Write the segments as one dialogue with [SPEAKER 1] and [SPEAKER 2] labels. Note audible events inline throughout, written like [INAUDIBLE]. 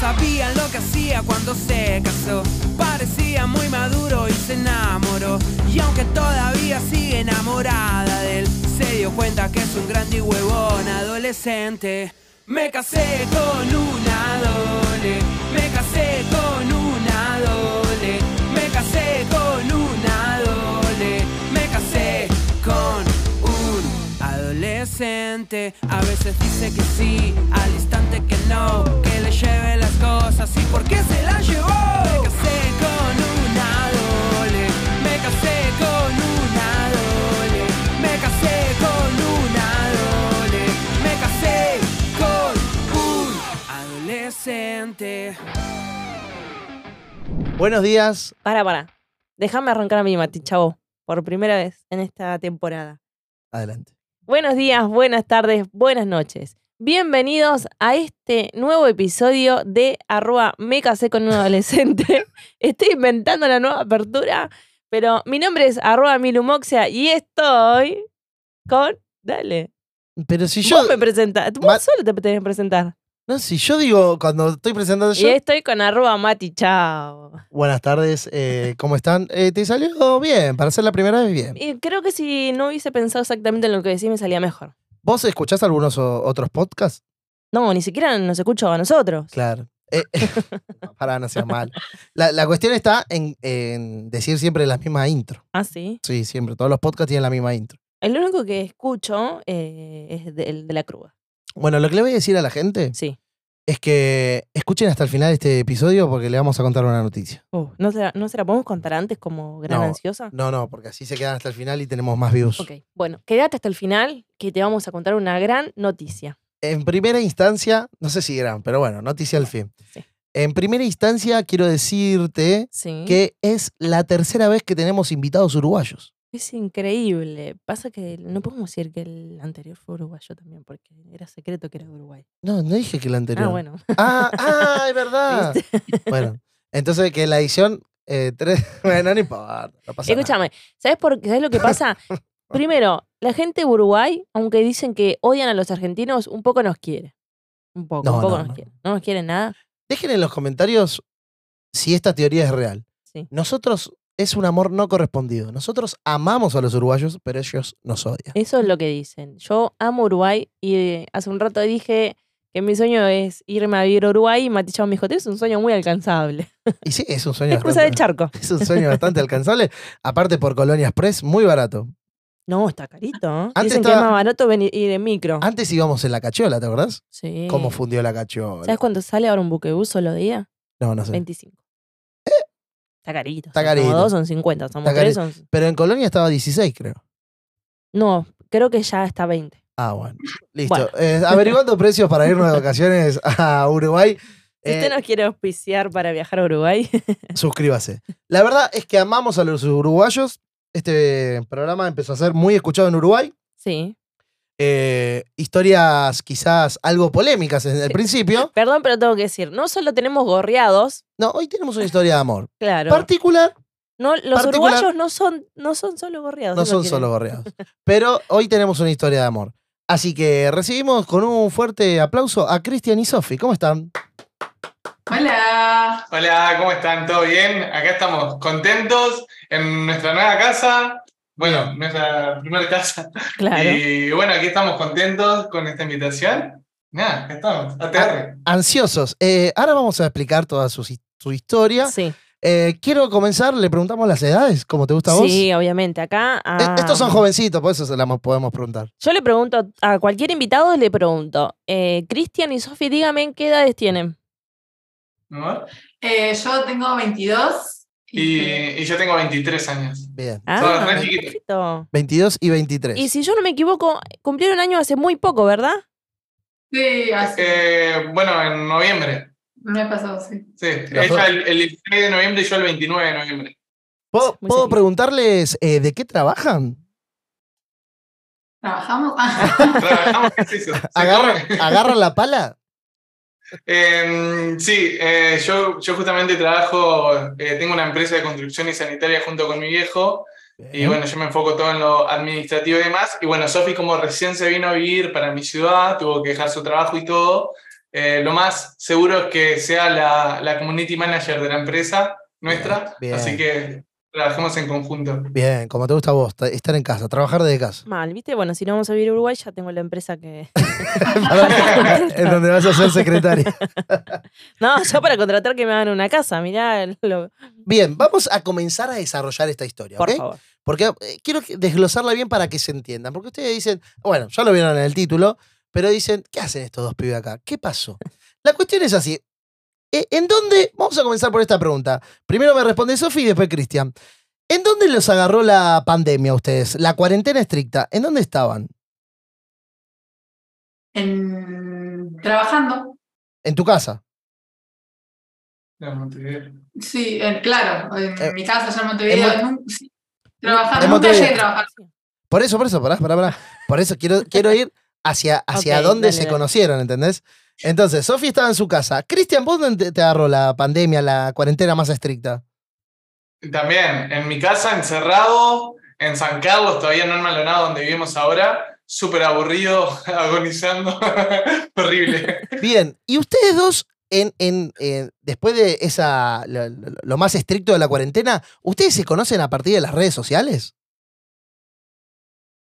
[SPEAKER 1] sabían lo que hacía cuando se casó. Parecía muy maduro y se enamoró. Y aunque todavía sigue enamorada de él, se dio cuenta que es un grande y huevón adolescente. Me casé con una dole, me casé con una dole, me casé con una dole, me casé con un adolescente. A veces dice que sí, al instante que no, que le lleve las cosas y por qué se las llevó. Me casé con una dole, me casé con una dole, me casé con una dole, me casé con un adolescente.
[SPEAKER 2] Buenos días.
[SPEAKER 3] Para, para. Déjame arrancar a mi Mati, chavo. Por primera vez en esta temporada.
[SPEAKER 2] Adelante.
[SPEAKER 3] Buenos días, buenas tardes, buenas noches. Bienvenidos a este nuevo episodio de arroba me casé con un adolescente. [LAUGHS] Estoy inventando la nueva apertura, pero mi nombre es arroba milumoxia y estoy con... Dale.
[SPEAKER 2] Pero si yo.
[SPEAKER 3] Vos me presentas. Vos
[SPEAKER 2] Ma-
[SPEAKER 3] solo te tenés que presentar.
[SPEAKER 2] No, si yo digo, cuando estoy presentando yo.
[SPEAKER 3] Y estoy con arroba mati, chao.
[SPEAKER 2] Buenas tardes, eh, ¿cómo están? Eh, ¿Te salió bien? Para ser la primera vez, bien.
[SPEAKER 3] Y creo que si no hubiese pensado exactamente en lo que decís, me salía mejor.
[SPEAKER 2] ¿Vos escuchás algunos o- otros podcasts?
[SPEAKER 3] No, ni siquiera nos escuchó a nosotros.
[SPEAKER 2] Claro. Eh, [LAUGHS] no, pará, no seas mal. La, la cuestión está en, en decir siempre la misma intro.
[SPEAKER 3] Ah, sí.
[SPEAKER 2] Sí, siempre. Todos los podcasts tienen la misma intro.
[SPEAKER 3] El único que escucho eh, es del de la cruda.
[SPEAKER 2] Bueno, lo que le voy a decir a la gente
[SPEAKER 3] Sí.
[SPEAKER 2] es que escuchen hasta el final este episodio porque le vamos a contar una noticia.
[SPEAKER 3] Oh, ¿no, se la, ¿No se la podemos contar antes como gran
[SPEAKER 2] No.
[SPEAKER 3] ansiosa?
[SPEAKER 2] No, no, porque así se quedan hasta el final y tenemos más views.
[SPEAKER 3] Ok, bueno, quédate hasta el final que te vamos a contar una gran noticia.
[SPEAKER 2] En primera instancia, no sé si gran, pero bueno, noticia al fin.
[SPEAKER 3] Sí.
[SPEAKER 2] En primera instancia, quiero decirte
[SPEAKER 3] Sí.
[SPEAKER 2] que es la tercera vez que tenemos invitados uruguayos.
[SPEAKER 3] Es increíble. Pasa que no podemos decir que el anterior fue uruguayo también, porque era secreto que era de Uruguay.
[SPEAKER 2] No, no dije que la anterior.
[SPEAKER 3] Ah, bueno.
[SPEAKER 2] Ah, ah, es verdad.
[SPEAKER 3] [LAUGHS] ¿Viste?
[SPEAKER 2] Bueno, entonces que la edición 3. [LAUGHS] bueno, no importa. No pasa nada.
[SPEAKER 3] Escúchame, ¿sabes, por, qué- ¿sabes lo
[SPEAKER 2] [LAUGHS]
[SPEAKER 3] que pasa? Primero, la gente de Uruguay, aunque dicen que odian a los argentinos, un poco nos quiere. Un poco,
[SPEAKER 2] No,
[SPEAKER 3] un poco
[SPEAKER 2] no,
[SPEAKER 3] nos
[SPEAKER 2] no.
[SPEAKER 3] quiere. No nos quiere nada.
[SPEAKER 2] Dejen en los comentarios si esta teoría es real.
[SPEAKER 3] Sí.
[SPEAKER 2] Nosotros es un amor no correspondido. Nosotros amamos a los uruguayos, pero ellos nos odian.
[SPEAKER 3] Eso es lo que dicen. Yo amo Uruguay y eh, hace un rato dije que mi sueño es irme a vivir a Uruguay y Matichao me dijo, es un sueño muy alcanzable.
[SPEAKER 2] Y sí, es un sueño.
[SPEAKER 3] [LAUGHS] Es cruzar el
[SPEAKER 2] bastante-
[SPEAKER 3] charco.
[SPEAKER 2] [LAUGHS] Es un sueño bastante alcanzable. Aparte por Colonia Express, muy barato.
[SPEAKER 3] No, está carito. ¿eh?
[SPEAKER 2] Antes
[SPEAKER 3] Dicen que es
[SPEAKER 2] estaba-
[SPEAKER 3] más barato venir, ir en micro.
[SPEAKER 2] Antes íbamos en la cachola, ¿te acordás?
[SPEAKER 3] Sí.
[SPEAKER 2] ¿Cómo fundió la cachola?
[SPEAKER 3] ¿Sabes cuánto sale ahora un buquebús solo día?
[SPEAKER 2] No, no sé.
[SPEAKER 3] 25. Está carito.
[SPEAKER 2] ¿Eh? Está
[SPEAKER 3] son
[SPEAKER 2] carito.
[SPEAKER 3] Como dos son 50, somos
[SPEAKER 2] Está
[SPEAKER 3] tres son-
[SPEAKER 2] Pero en Colonia estaba 16, creo.
[SPEAKER 3] No, creo que ya está 20.
[SPEAKER 2] Ah, bueno. Listo.
[SPEAKER 3] Bueno.
[SPEAKER 2] Eh,
[SPEAKER 3] [LAUGHS]
[SPEAKER 2] averiguando precios para irnos de vacaciones a Uruguay.
[SPEAKER 3] Si
[SPEAKER 2] eh,
[SPEAKER 3] usted nos quiere auspiciar para viajar a Uruguay, [LAUGHS]
[SPEAKER 2] Suscríbase. La verdad es que amamos a los uruguayos. Este programa empezó a ser muy escuchado en Uruguay.
[SPEAKER 3] sí.
[SPEAKER 2] Eh, historias quizás algo polémicas en el principio.
[SPEAKER 3] Perdón, pero tengo que decir, no solo tenemos gorreados,
[SPEAKER 2] No, hoy tenemos una historia de amor.
[SPEAKER 3] claro.
[SPEAKER 2] Particular,
[SPEAKER 3] No, los
[SPEAKER 2] particular-
[SPEAKER 3] uruguayos no son, no son solo gorreados.
[SPEAKER 2] no
[SPEAKER 3] eso
[SPEAKER 2] son
[SPEAKER 3] quiero
[SPEAKER 2] solo
[SPEAKER 3] decir. [LAUGHS]
[SPEAKER 2] gorreados. Pero hoy tenemos una historia de amor. Así que recibimos con un fuerte aplauso a Cristian y Sofi. ¿Cómo están?
[SPEAKER 4] Hola.
[SPEAKER 5] Hola, ¿cómo están? ¿Todo bien? Acá estamos contentos en nuestra nueva casa. Bueno, nuestra primera casa.
[SPEAKER 3] Claro.
[SPEAKER 5] Y bueno, aquí estamos contentos con esta invitación. Nada, acá estamos. ATR.
[SPEAKER 2] Ansiosos. Eh, ahora vamos a explicar toda su, his- su historia.
[SPEAKER 3] Sí,
[SPEAKER 2] Eh, quiero comenzar, le preguntamos las edades, como te gusta a vos.
[SPEAKER 3] sí, Ah. obviamente. Acá.
[SPEAKER 2] Eh,
[SPEAKER 3] a-
[SPEAKER 2] Estos son jovencitos, por eso se las podemos preguntar.
[SPEAKER 3] Yo le pregunto a cualquier invitado, le pregunto, eh, Cristian y Sofi, dígame qué edades tienen.
[SPEAKER 5] ¿no?
[SPEAKER 4] Eh, yo tengo 22.
[SPEAKER 5] Y, y yo tengo 23 años.
[SPEAKER 2] Bien.
[SPEAKER 5] Son re chiquitos.
[SPEAKER 3] perfecto.
[SPEAKER 2] 22 y 23.
[SPEAKER 3] Ah. Y si yo no me equivoco, cumplieron año hace muy poco, ¿verdad?
[SPEAKER 4] Sí, así.
[SPEAKER 5] Eh, bueno, en noviembre.
[SPEAKER 4] Me pasó, sí.
[SPEAKER 5] Sí,
[SPEAKER 2] Los dos.
[SPEAKER 5] ella el, el 16 de noviembre y yo el 29 de noviembre.
[SPEAKER 2] ¿Puedo,
[SPEAKER 3] Muy
[SPEAKER 2] puedo
[SPEAKER 3] cerquita.
[SPEAKER 2] preguntarles eh, de qué trabajan?
[SPEAKER 4] ¿Trabajamos? Ah,
[SPEAKER 5] [LAUGHS] Trabajamos, ¿qué es eso? ¿Se
[SPEAKER 2] ¿Agarran,
[SPEAKER 5] come?
[SPEAKER 2] agarran la pala?
[SPEAKER 5] Eh, sí, eh, yo, yo justamente trabajo, eh, tengo una empresa de construcción y sanitaria junto con mi viejo. [LAUGHS] Y bueno, yo me enfoco todo en lo administrativo y demás. Y bueno, Sofi, como recién se vino a vivir para mi ciudad, tuvo que dejar su trabajo y todo. Eh, lo más seguro es que sea la, la community manager de la empresa nuestra,
[SPEAKER 2] Bien, bien.
[SPEAKER 5] así que trabajemos en conjunto.
[SPEAKER 2] Bien, como te gusta a vos, ta- estar en casa, trabajar desde
[SPEAKER 3] [LAUGHS]
[SPEAKER 2] casa. [LAUGHS]
[SPEAKER 3] Mal, ¿viste? Bueno, si no vamos a vivir a Uruguay, ya tengo la empresa que.
[SPEAKER 2] en donde vas a ser secretaria.
[SPEAKER 3] No, [LAUGHS] ya para contratar que me hagan una casa, mirá, lo-
[SPEAKER 2] Bien, vamos a comenzar a desarrollar esta historia,
[SPEAKER 3] por
[SPEAKER 2] ¿ok?
[SPEAKER 3] favor.
[SPEAKER 2] Porque eh, quiero que- desglosarla bien para que se entiendan. Porque ustedes dicen, bueno, ya lo vieron en el título, pero dicen, ¿qué hacen estos dos pibes acá? ¿Qué
[SPEAKER 3] [LAUGHS]
[SPEAKER 2] pasó? La cuestión es así. Eh, ¿En dónde? Vamos a comenzar por esta pregunta. Primero me responde Sofi y después Cristian. ¿En dónde los agarró la pandemia a ustedes? La cuarentena estricta. ¿En dónde estaban?
[SPEAKER 4] En- trabajando.
[SPEAKER 2] En tu casa.
[SPEAKER 5] No, Montevideo.
[SPEAKER 4] Sí, en- claro, en
[SPEAKER 2] Eh,
[SPEAKER 4] mi casa allá en Montevideo.
[SPEAKER 2] en
[SPEAKER 4] nun- sí, trabajando,
[SPEAKER 2] en
[SPEAKER 4] nunca
[SPEAKER 2] Montevideo.
[SPEAKER 4] llegué a trabajar.
[SPEAKER 2] [LAUGHS] Por eso, por eso, pará, pará, pará. Por eso quiero, quiero ir hacia, hacia
[SPEAKER 3] Ok,
[SPEAKER 2] dónde
[SPEAKER 3] dale,
[SPEAKER 2] se
[SPEAKER 3] dale.
[SPEAKER 2] conocieron, ¿entendés? Entonces, Sofi estaba en su casa. Cristian, ¿vos dónde te agarró la pandemia, la cuarentena más estricta?
[SPEAKER 5] También, en mi casa, encerrado, en San Carlos, todavía no en Maldonado, donde vivimos ahora, súper aburrido, [LAUGHS] agonizando, [LAUGHS] horrible.
[SPEAKER 2] Bien, y ustedes dos, en, en, en- después de esa lo, lo- lo más estricto de la cuarentena, ¿ustedes se conocen a partir de las redes sociales?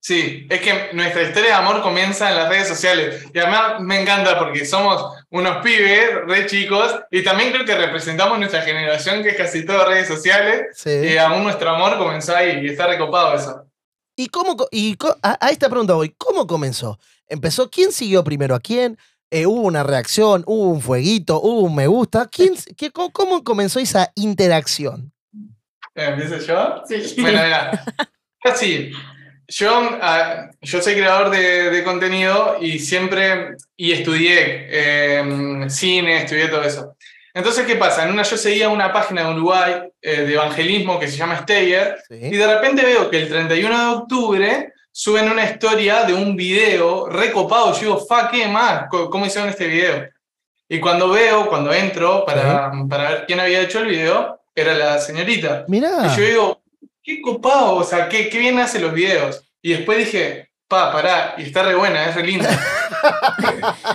[SPEAKER 5] Sí, es que nuestra historia de amor comienza en las redes sociales. Y además me encanta porque somos unos pibes, re chicos, y también creo que representamos nuestra generación, que es casi todo redes sociales, y
[SPEAKER 2] Sí.
[SPEAKER 5] aún nuestro amor comenzó ahí, y está recopado eso.
[SPEAKER 2] ¿Y cómo co- y co- a, a esta pregunta voy, ¿cómo comenzó? ¿Empezó quién siguió primero a quién? Eh, ¿Hubo una reacción? ¿Hubo un fueguito? ¿Hubo un me gusta? ¿Quién, se- qué- cómo- ¿Cómo comenzó esa interacción?
[SPEAKER 5] Eh, ¿Empiezo yo?
[SPEAKER 4] Sí.
[SPEAKER 5] Bueno, mira. Así. Yo, ah, yo soy creador de, de contenido y siempre. Y estudié eh, cine, estudié todo eso. Entonces, ¿qué pasa? En una, yo seguía una página de Uruguay eh, de evangelismo que se llama Steyer.
[SPEAKER 2] Sí.
[SPEAKER 5] Y de repente veo que el 31 de octubre suben una historia de un video recopado. Yo digo, fa, ¿qué más? Co- ¿Cómo hicieron este video? Y cuando veo, cuando entro para, para ver quién había hecho el video, era la señorita.
[SPEAKER 2] Mirá,
[SPEAKER 5] Y yo digo, qué copado, o sea, qué, qué bien hace los videos. Y después dije, pa, pará, y está re buena, es re linda.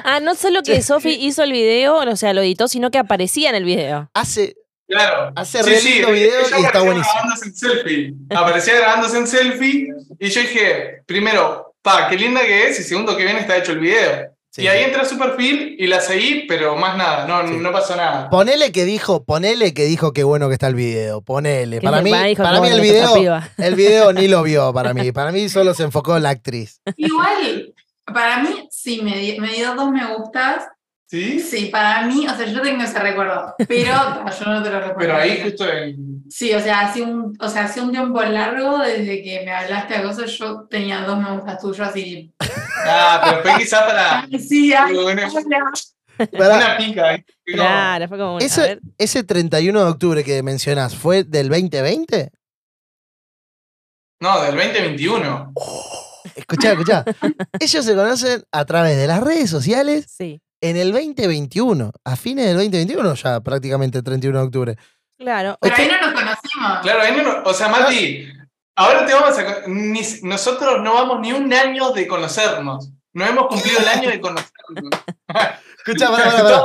[SPEAKER 3] Ah, no solo que Sofi hizo el video, o sea, lo editó, sino que aparecía en el video.
[SPEAKER 2] hace,
[SPEAKER 5] Claro. e-,
[SPEAKER 2] hace re lindo
[SPEAKER 5] ella
[SPEAKER 2] video y está
[SPEAKER 5] aparecía
[SPEAKER 2] buenísimo.
[SPEAKER 5] grabándose en selfie. Aparecía grabándose en selfie y yo dije, primero, pa, qué linda que es y segundo, qué bien está hecho el video.
[SPEAKER 2] Sí,
[SPEAKER 5] y ahí em-,
[SPEAKER 2] sí.
[SPEAKER 5] entré a su perfil y la seguí, pero más nada, no,
[SPEAKER 2] Sí.
[SPEAKER 5] no pasó nada.
[SPEAKER 2] Ponele que dijo, ponele que dijo qué bueno que está el video, ponele.
[SPEAKER 3] Que
[SPEAKER 2] Para mí,
[SPEAKER 3] mi papá dijo,
[SPEAKER 2] para
[SPEAKER 3] "Cómo
[SPEAKER 2] mí el
[SPEAKER 3] viene esta
[SPEAKER 2] video,
[SPEAKER 3] piba".
[SPEAKER 2] El video ni lo vio para
[SPEAKER 3] [LAUGHS]
[SPEAKER 2] mí. Para mí solo se enfocó en la actriz.
[SPEAKER 4] Igual, para mí, sí, me, di- me dio dos me gustas.
[SPEAKER 5] ¿Sí?
[SPEAKER 4] Sí, para mí, o sea, yo tengo ese recuerdo,
[SPEAKER 5] [LAUGHS]
[SPEAKER 4] pero no, yo no te lo recuerdo.
[SPEAKER 5] Pero ahí justo en...
[SPEAKER 4] Sí, o sea, hace un, o sea, hace un tiempo largo desde que me hablaste a cosas, yo tenía dos me gustas tuyos, así.
[SPEAKER 5] Ah, pero fue quizás para
[SPEAKER 4] Ay, sí, ay,
[SPEAKER 5] Bueno.
[SPEAKER 4] hola.
[SPEAKER 2] Pará,
[SPEAKER 5] una pica. ¿eh? No.
[SPEAKER 3] Claro, fue como. bueno, a
[SPEAKER 2] Eso-
[SPEAKER 3] ver.
[SPEAKER 2] ese 31 de octubre que mencionás, ¿fue del 2020?
[SPEAKER 5] No, del 2021.
[SPEAKER 2] Escuchá,
[SPEAKER 3] [LAUGHS]
[SPEAKER 2] escuchá. Ellos se conocen a través de las redes sociales
[SPEAKER 3] Sí.
[SPEAKER 2] en el 2021. A fines del 2021 ya prácticamente el 31 de octubre.
[SPEAKER 3] Claro.
[SPEAKER 4] Pero ahí
[SPEAKER 2] Esto-
[SPEAKER 4] no nos conocimos.
[SPEAKER 5] Claro, ahí no nos- o sea, Mati, ahora te vamos a... con- ni- nosotros no vamos ni un año de conocernos. No hemos cumplido el año de conocernos.
[SPEAKER 2] Escuchá, pará, pará, pará.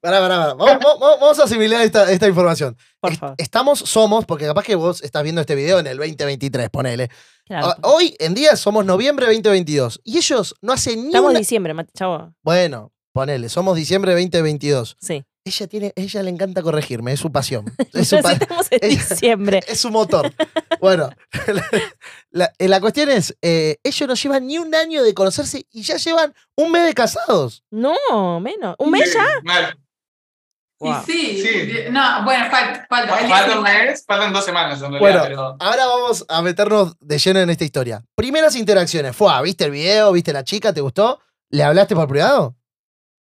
[SPEAKER 2] Pará, pará, pará. Vamos, vamos- vamos a asimilar esta, esta información.
[SPEAKER 3] Por
[SPEAKER 2] Est-
[SPEAKER 3] favor.
[SPEAKER 2] Estamos, somos, porque capaz que vos estás viendo este video en el 2023, ponele.
[SPEAKER 3] Claro.
[SPEAKER 2] Ah, Hoy en día somos noviembre 2022 y ellos no hacen ni
[SPEAKER 3] Estamos en
[SPEAKER 2] una-
[SPEAKER 3] diciembre, Mati, chavo.
[SPEAKER 2] Bueno, ponele, somos diciembre 2022.
[SPEAKER 3] Sí.
[SPEAKER 2] Ella tiene, ella le encanta corregirme, es su
[SPEAKER 3] [LAUGHS]
[SPEAKER 2] pasión. [LAUGHS] Es su,
[SPEAKER 3] Entonces
[SPEAKER 2] pa-
[SPEAKER 3] Estamos en
[SPEAKER 2] ella-
[SPEAKER 3] diciembre.
[SPEAKER 2] [LAUGHS] es su motor. Bueno, [LAUGHS] la, la- eh, la cuestión es, eh, ellos no llevan ni un año de conocerse y ya llevan un mes de casados.
[SPEAKER 3] No, menos. ¿Un mes ya?
[SPEAKER 5] Mal.
[SPEAKER 4] Y
[SPEAKER 3] Wow.
[SPEAKER 4] sí,
[SPEAKER 5] Sí.
[SPEAKER 4] no, bueno, falta, falta. es
[SPEAKER 5] Falta un
[SPEAKER 4] decir,
[SPEAKER 5] mes, faltan dos semanas en realidad,
[SPEAKER 2] Ahora vamos a meternos de lleno en esta historia. Primeras interacciones. Fue, ah, ¿viste el video? ¿Viste la chica? ¿Te gustó? ¿Le hablaste por privado?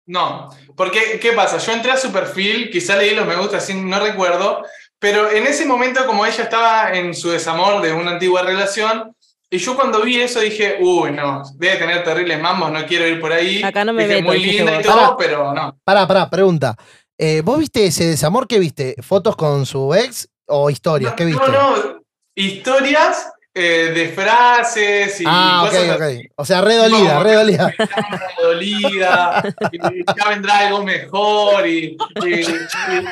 [SPEAKER 5] No, porque ¿qué pasa? Yo entré a su perfil, quizá leí los me gusta, así no recuerdo, pero en ese momento como ella estaba en su desamor de una antigua relación, y yo cuando vi eso dije, uy, no, debe tener terribles mambos, no quiero ir por ahí.
[SPEAKER 3] Acá no me
[SPEAKER 5] Dije,
[SPEAKER 3] meto,
[SPEAKER 5] Muy
[SPEAKER 3] dijiste
[SPEAKER 5] linda y
[SPEAKER 3] vos.
[SPEAKER 5] todo,
[SPEAKER 2] Pará.
[SPEAKER 5] pero no.
[SPEAKER 2] Pará, pará, pregunta. Eh, ¿Vos viste ese desamor que viste? ¿Fotos con su ex o historias?
[SPEAKER 5] No,
[SPEAKER 2] ¿Qué viste?
[SPEAKER 5] No, no, historias eh, de frases y
[SPEAKER 2] Ah,
[SPEAKER 5] cosas
[SPEAKER 2] ok,
[SPEAKER 5] así.
[SPEAKER 2] ok. O sea, redolida,
[SPEAKER 5] No.
[SPEAKER 2] redolida.
[SPEAKER 3] [LAUGHS]
[SPEAKER 5] dolida, y ya vendrá algo mejor, y, y- y-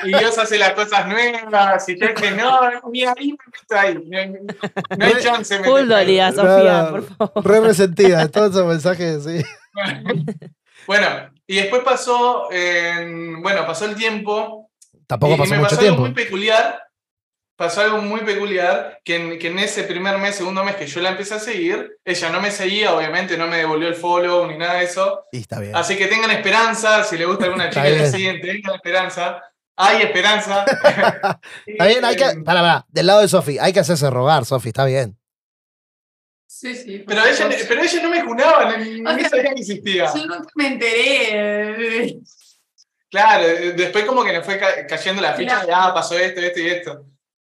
[SPEAKER 5] y Dios hace las cosas nuevas, y yo dije, no, no, ni ahí me meto ahí, no, no- no hay chance. de
[SPEAKER 3] Full
[SPEAKER 5] meterme ahí.
[SPEAKER 3] dolida,
[SPEAKER 2] Claro.
[SPEAKER 3] Sofía, por favor.
[SPEAKER 2] Re resentida, todos esos mensajes,
[SPEAKER 5] [LAUGHS]
[SPEAKER 2] sí.
[SPEAKER 5] [LAUGHS] Bueno, y después pasó, eh, bueno, pasó el tiempo,
[SPEAKER 2] Tampoco
[SPEAKER 5] y- y
[SPEAKER 2] pasó
[SPEAKER 5] me
[SPEAKER 2] mucho
[SPEAKER 5] pasó
[SPEAKER 2] tiempo.
[SPEAKER 5] algo muy peculiar, pasó algo muy peculiar, que en, que en ese primer mes, segundo mes que yo la empecé a seguir, ella no me seguía, obviamente no me devolvió el follow ni nada de eso,
[SPEAKER 2] Y está bien.
[SPEAKER 5] Así que tengan esperanza, si les gusta alguna
[SPEAKER 2] Está
[SPEAKER 5] chica que
[SPEAKER 2] bien.
[SPEAKER 5] siguen, tengan esperanza. Hay esperanza.
[SPEAKER 2] Está bien, hay que.
[SPEAKER 5] Eh,
[SPEAKER 2] Pará, pará. Del lado de Sofi, hay que hacerse rogar, Sofi, está bien.
[SPEAKER 4] Sí, sí.
[SPEAKER 5] Pero ella, pero ella no me junaba, ni, ni
[SPEAKER 4] O sea,
[SPEAKER 5] sabía que existía.
[SPEAKER 4] Yo nunca me enteré. eh,
[SPEAKER 5] Claro, eh, después como que nos fue ca- cayendo la ficha de, ah, pasó esto, esto y esto.